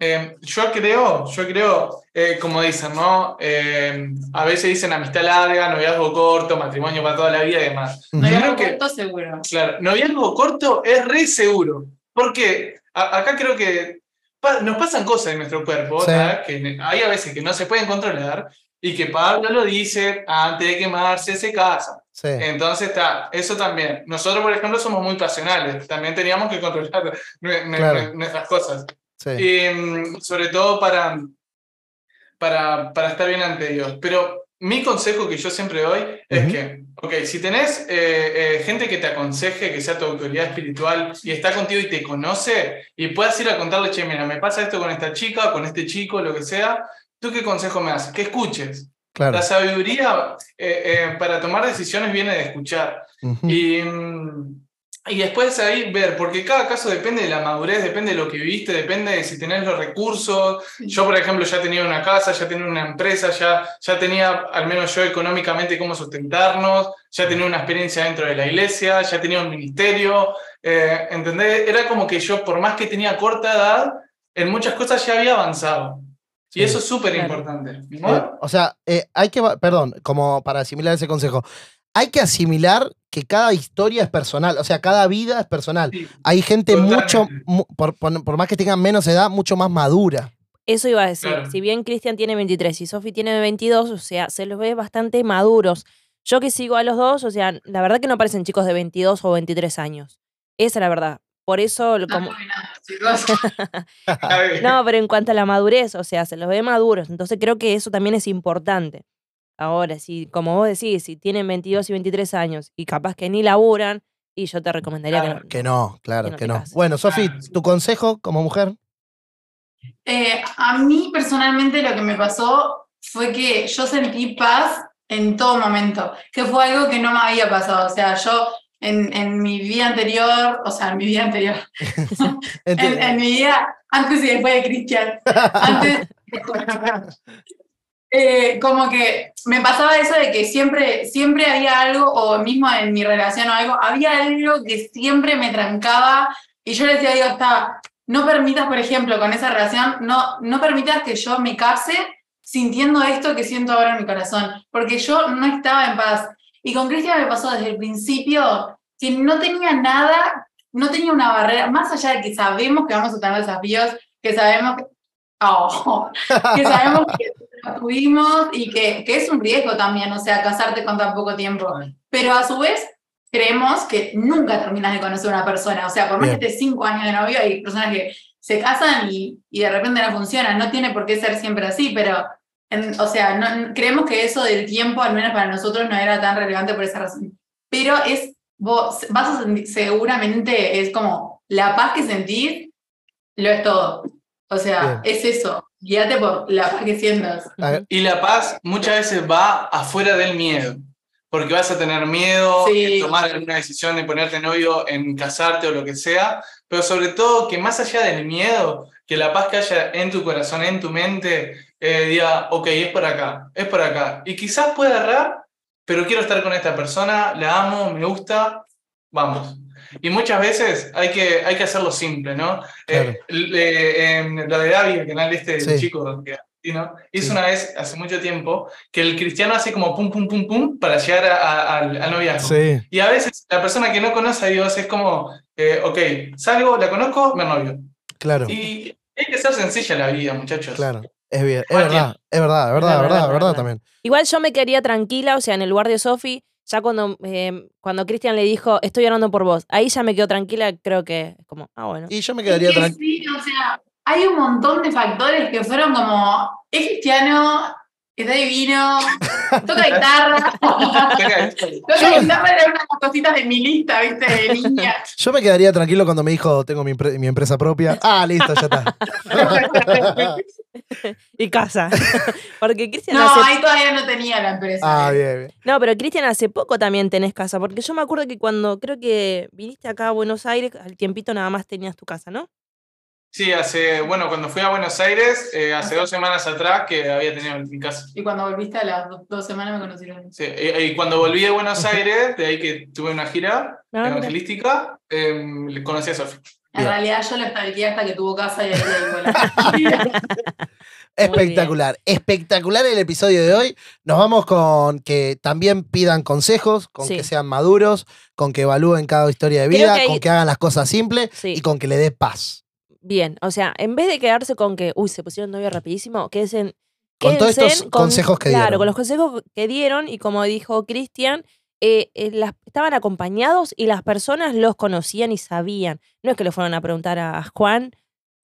[SPEAKER 5] Eh, yo creo, yo creo, eh, como dicen, ¿no? Eh, a veces dicen amistad larga, noviazgo corto, matrimonio para toda la vida y demás.
[SPEAKER 4] No
[SPEAKER 5] Ujú.
[SPEAKER 4] era
[SPEAKER 5] Creo
[SPEAKER 4] un
[SPEAKER 5] que-
[SPEAKER 4] cuento seguro.
[SPEAKER 5] Claro, noviazgo corto es re seguro. Porque a- acá creo que pa- nos pasan cosas en nuestro cuerpo,
[SPEAKER 2] Sí.
[SPEAKER 5] ¿tá? que ne- hay a veces que no se pueden controlar y que Pablo lo dice antes de quemarse se casa.
[SPEAKER 2] Sí.
[SPEAKER 5] Entonces está, eso también. Nosotros, por ejemplo, somos muy pasionales. También teníamos que controlar [LAUGHS] nue- nue-
[SPEAKER 2] Claro.
[SPEAKER 5] nuestras cosas.
[SPEAKER 2] sí.
[SPEAKER 5] Em, sobre todo para, para, para estar bien ante Dios. Pero mi consejo que yo siempre doy es
[SPEAKER 2] Ujú.
[SPEAKER 5] que, ok, si tenés eh, eh, gente que te aconseje, que sea tu autoridad espiritual y está contigo y te conoce, y puedas ir a contarle, che, mira, me pasa esto con esta chica, con este chico, lo que sea, ¿Tú qué consejo me das? Que escuches.
[SPEAKER 2] Claro.
[SPEAKER 5] La sabiduría eh, eh, para tomar decisiones viene de escuchar.
[SPEAKER 2] Ujú.
[SPEAKER 5] Y, mm, y después ahí ver, porque cada caso depende de la madurez, depende de lo que viviste, depende de si tenés los recursos. Yo, por ejemplo, ya tenía una casa, ya tenía una empresa, ya, ya tenía, al menos yo económicamente, cómo sustentarnos, ya tenía una experiencia dentro de la iglesia, ya tenía un ministerio. eh, ¿entendés? Era como que yo, por más que tenía corta edad, en muchas cosas ya había avanzado.
[SPEAKER 2] Sí,
[SPEAKER 5] Y eso es súper
[SPEAKER 3] claro.
[SPEAKER 5] importante. ¿Mi
[SPEAKER 2] Eh,
[SPEAKER 5] amor?
[SPEAKER 2] o sea, eh, hay que, va- perdón, como para asimilar ese consejo, hay que asimilar que cada historia es personal, o sea, cada vida es personal.
[SPEAKER 5] Sí.
[SPEAKER 2] Hay gente mucho,
[SPEAKER 5] Totalmente.
[SPEAKER 2] mu- por, por- por más que tengan menos edad, mucho más madura.
[SPEAKER 3] Eso iba a decir.
[SPEAKER 5] Claro.
[SPEAKER 3] Si bien Cristian tiene 23 y Sofi tiene 22, o sea, se los ve bastante maduros. Yo que sigo a los dos, o sea, la verdad que no parecen chicos de 22 o 23 años. Esa es la verdad. Por eso, lo-
[SPEAKER 4] No,
[SPEAKER 5] Ah.
[SPEAKER 3] como,
[SPEAKER 4] no hay nada, chicos. [LAUGHS]
[SPEAKER 5] Ay.
[SPEAKER 3] no, pero en cuanto a la madurez, o sea, se los ve maduros. Entonces creo que eso también es importante. Ahora, si, como vos decís, si tienen 22 y 23 años y capaz que ni laburan, y yo te recomendaría que
[SPEAKER 5] Claro,
[SPEAKER 3] no.
[SPEAKER 2] Que no, claro,
[SPEAKER 3] Que no
[SPEAKER 2] que
[SPEAKER 3] te
[SPEAKER 2] no.
[SPEAKER 3] cases.
[SPEAKER 2] Bueno, Sofi,
[SPEAKER 5] Claro, sí.
[SPEAKER 2] tu consejo como mujer.
[SPEAKER 4] Eh, a mí personalmente lo que me pasó fue que yo sentí paz en todo momento, que fue algo que no me había pasado. O sea, yo en, en mi vida anterior, o sea, en mi vida anterior,
[SPEAKER 2] Enti-
[SPEAKER 4] en, en mi vida antes y después de Cristian, antes, [LAUGHS] Eh, como que me pasaba eso de que siempre, siempre había algo, o mismo en mi relación o algo, había algo que siempre me trancaba y yo le decía, digo, está, no permitas, por ejemplo, con esa relación, no, no permitas que yo me case sintiendo esto que siento ahora en mi corazón, porque yo no estaba en paz. Y con Cristian me pasó desde el principio que no tenía nada, no tenía una barrera, más allá de que sabemos que vamos a tener desafíos, que sabemos que... [LAUGHS] Oh, que sabemos que lo tuvimos y que, que es un riesgo también, o sea, casarte con tan poco tiempo. Pero a su vez, creemos que nunca terminas de conocer a una persona. O sea, por más
[SPEAKER 2] Bien.
[SPEAKER 4] que estés cinco años de novio, hay personas que se casan y, y de repente no funcionan. No tiene por qué ser siempre así, pero, en- o sea, no, creemos que eso del tiempo, al menos para nosotros, no era tan relevante por esa razón. Pero es, vos vas a sentir, seguramente es como la paz que sentís, lo es todo. O sea, es eso. Guíate por la paz que sientas.
[SPEAKER 2] a-
[SPEAKER 5] Y la paz muchas veces va afuera del miedo, porque vas a tener miedo
[SPEAKER 4] Sí.
[SPEAKER 5] en tomar alguna decisión de ponerte novio, en casarte o lo que sea, pero sobre todo que más allá del miedo, que la paz que haya en tu corazón, en tu mente, eh, diga, ok, es por acá, es por acá. Y quizás pueda errar, pero quiero estar con esta persona, la amo, me gusta, vamos. Y muchas veces hay que, hay que hacerlo simple, ¿no? Eh, le- en la de David, el canal este del
[SPEAKER 2] Sí.
[SPEAKER 5] chico que y ¿no? Hizo
[SPEAKER 2] Sí.
[SPEAKER 5] una vez, hace mucho tiempo, que el cristiano hace como pum, pum, pum, pum para llegar a- a- al, al noviazgo.
[SPEAKER 2] Sí.
[SPEAKER 5] Y a veces la persona que no conoce a Dios es como, eh, ok, salgo, la conozco, me novio.
[SPEAKER 2] Claro,
[SPEAKER 5] Y hay que ser sencilla la vida, muchachos.
[SPEAKER 2] claro. Es bien, es
[SPEAKER 5] Martín.
[SPEAKER 2] verdad, es verdad, es verdad, es verdad, es verdad también.
[SPEAKER 3] Igual yo me quedaría tranquila, o sea, en el lugar de Sofi, ya cuando, eh, cuando Cristian le dijo, estoy orando por vos, ahí ya me quedo tranquila, creo que es como, ah, bueno.
[SPEAKER 2] Y yo me quedaría
[SPEAKER 4] Es que
[SPEAKER 2] tranquila.
[SPEAKER 4] Sí, o sea, hay un montón de factores que fueron como, es cristiano, está
[SPEAKER 2] [LAUGHS]
[SPEAKER 4] divino, toca guitarra. [LAUGHS]
[SPEAKER 5] Tenga-
[SPEAKER 4] toca guitarra era una de las cositas de mi lista, viste, de
[SPEAKER 2] [LAUGHS]
[SPEAKER 4] niña.
[SPEAKER 2] Yo me quedaría tranquilo cuando me dijo, tengo mi, empre- mi empresa propia. Ah, listo, ya
[SPEAKER 3] [LAUGHS]
[SPEAKER 2] está.
[SPEAKER 3] Y casa. [LAUGHS] Porque Cristian
[SPEAKER 4] No,
[SPEAKER 3] hace...
[SPEAKER 4] ahí todavía no tenía la empresa.
[SPEAKER 2] Ah, bien, bien.
[SPEAKER 3] No, pero Cristian hace poco también tenés casa, porque yo me acuerdo que cuando creo que viniste acá a Buenos Aires, al tiempito nada más tenías tu casa, ¿no?
[SPEAKER 5] Sí, hace, bueno, cuando fui a Buenos Aires, eh, hace dos semanas atrás que había tenido mi casa.
[SPEAKER 4] Y cuando volviste a las dos, dos semanas me conocieron.
[SPEAKER 5] Sí, y, y cuando volví de Buenos Aires, de ahí que tuve una gira
[SPEAKER 3] Ah, mira.
[SPEAKER 5] evangelística, em, le conocí a Sofía.
[SPEAKER 4] En
[SPEAKER 2] Bien.
[SPEAKER 4] realidad yo lo estalqué hasta que tuvo casa y ahí le digo
[SPEAKER 2] [LAUGHS]
[SPEAKER 4] la-
[SPEAKER 2] Espectacular, espectacular el episodio de hoy. Nos vamos con que también pidan consejos, con
[SPEAKER 3] Sí.
[SPEAKER 2] que sean maduros, con que evalúen cada historia de
[SPEAKER 3] Creo
[SPEAKER 2] vida,
[SPEAKER 3] que ahí-
[SPEAKER 2] con que hagan las cosas simples
[SPEAKER 3] Sí.
[SPEAKER 2] y con que le dé paz.
[SPEAKER 3] Bien, o sea, en vez de quedarse con que, uy, se pusieron novio rapidísimo, quédense, en-
[SPEAKER 2] Con todos
[SPEAKER 3] quédense
[SPEAKER 2] estos
[SPEAKER 3] en
[SPEAKER 2] consejos que
[SPEAKER 3] Claro,
[SPEAKER 2] dieron.
[SPEAKER 3] con los consejos que dieron y como dijo Cristian, eh, eh, las- estaban acompañados y las personas los conocían y sabían. No es que le fueron a preguntar a Juan,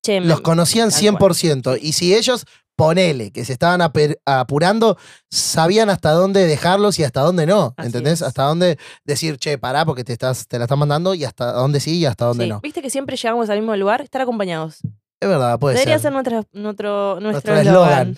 [SPEAKER 3] che, mm, me-
[SPEAKER 2] Los conocían
[SPEAKER 3] Em, Tal
[SPEAKER 2] 100%. Y si ellos, ponele, que se estaban aper- apurando, sabían hasta dónde dejarlos y hasta dónde no.
[SPEAKER 3] Así
[SPEAKER 2] ¿Entendés?
[SPEAKER 3] es.
[SPEAKER 2] Hasta dónde decir, che, pará porque te, estás, te la están mandando y hasta dónde sí y hasta dónde
[SPEAKER 3] Sí,
[SPEAKER 2] no.
[SPEAKER 3] Viste que siempre llegamos al mismo lugar, estar acompañados.
[SPEAKER 2] Es verdad, puede
[SPEAKER 3] Debería ser
[SPEAKER 2] ser.
[SPEAKER 3] nuestra- nuestro nuestro
[SPEAKER 2] Nuestro
[SPEAKER 3] eslogan.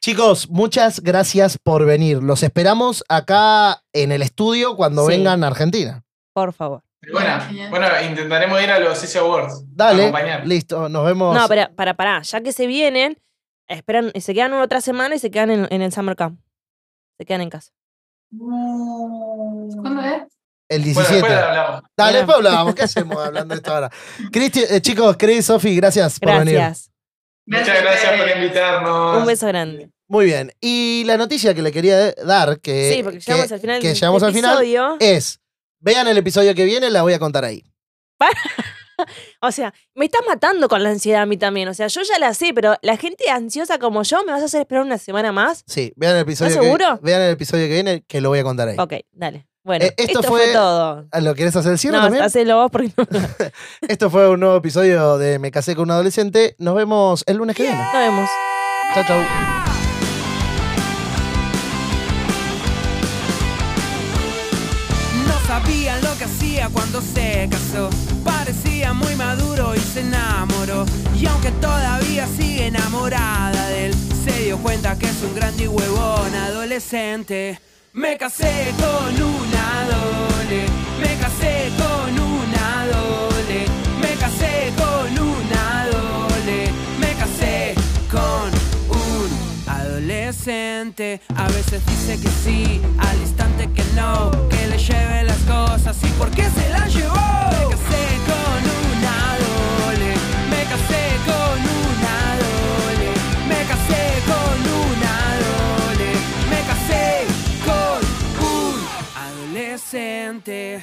[SPEAKER 2] Chicos, muchas gracias por venir. Los esperamos acá en el estudio cuando
[SPEAKER 3] Sí.
[SPEAKER 2] vengan a Argentina.
[SPEAKER 3] [LAUGHS] Por favor.
[SPEAKER 5] Y Bueno,
[SPEAKER 4] Genial.
[SPEAKER 5] bueno, intentaremos ir a los Easy Awards.
[SPEAKER 2] Dale,
[SPEAKER 5] Acompañar.
[SPEAKER 2] listo, nos vemos.
[SPEAKER 3] No, pero para, para, ya que se vienen, esperan, se quedan una otra semana y se quedan en, en el Summer Camp. Se quedan en casa.
[SPEAKER 4] ¿Cuándo es?
[SPEAKER 2] el
[SPEAKER 5] Bueno,
[SPEAKER 2] 17.
[SPEAKER 5] después hablamos.
[SPEAKER 2] Dale,
[SPEAKER 3] Mirá.
[SPEAKER 2] después hablábamos. ¿Qué hacemos hablando de esto
[SPEAKER 3] [LAUGHS]
[SPEAKER 2] ahora? Cristi- eh, chicos, Cris, Sofi, gracias, por venir.
[SPEAKER 3] Gracias.
[SPEAKER 5] Muchas gracias por invitarnos.
[SPEAKER 3] Un
[SPEAKER 2] Eh,
[SPEAKER 3] beso grande.
[SPEAKER 2] Muy bien. Y la noticia que le quería dar, que,
[SPEAKER 3] sí, porque
[SPEAKER 2] eh, que-
[SPEAKER 3] llegamos al final
[SPEAKER 2] que
[SPEAKER 3] del
[SPEAKER 2] llegamos al final. eh,
[SPEAKER 3] episodio.
[SPEAKER 2] es, vean el episodio que viene, la voy a contar ahí.
[SPEAKER 3] O sea, me estás matando con la ansiedad a mí también. O sea, yo ya la sé, pero la gente ansiosa como yo, ¿me vas a hacer esperar una semana más?
[SPEAKER 2] Sí, vean el episodio.
[SPEAKER 3] ¿Estás
[SPEAKER 2] que-
[SPEAKER 3] seguro?
[SPEAKER 2] vean el episodio que viene, que lo voy a contar ahí.
[SPEAKER 3] Ok, dale. Bueno,
[SPEAKER 2] Eh, esto
[SPEAKER 3] esto, fue,
[SPEAKER 2] fue-
[SPEAKER 3] todo.
[SPEAKER 2] Ah, ¿Lo querés hacer el cierre
[SPEAKER 3] No,
[SPEAKER 2] también?
[SPEAKER 3] hacelo vos porque [LAUGHS] no nos
[SPEAKER 2] Esto fue un nuevo episodio de Me casé con un adolescente. Nos vemos el lunes que viene.
[SPEAKER 3] vemos.
[SPEAKER 2] Chao, chao.
[SPEAKER 1] No sabía lo que hacía cuando se casó. Parecía muy maduro y se enamoró. Y aunque todavía sigue enamorada de él, se dio cuenta que es un grande y huevón adolescente. Me casé con una dole, me casé con una dole, me casé con una dole, me casé con un Adolescente, a veces dice que sí, al instante que no, que le lleve las cosas y por qué se las llevó. Me casé con una dole, me casé con una dole, me casé con una dole, me casé con un adolescente.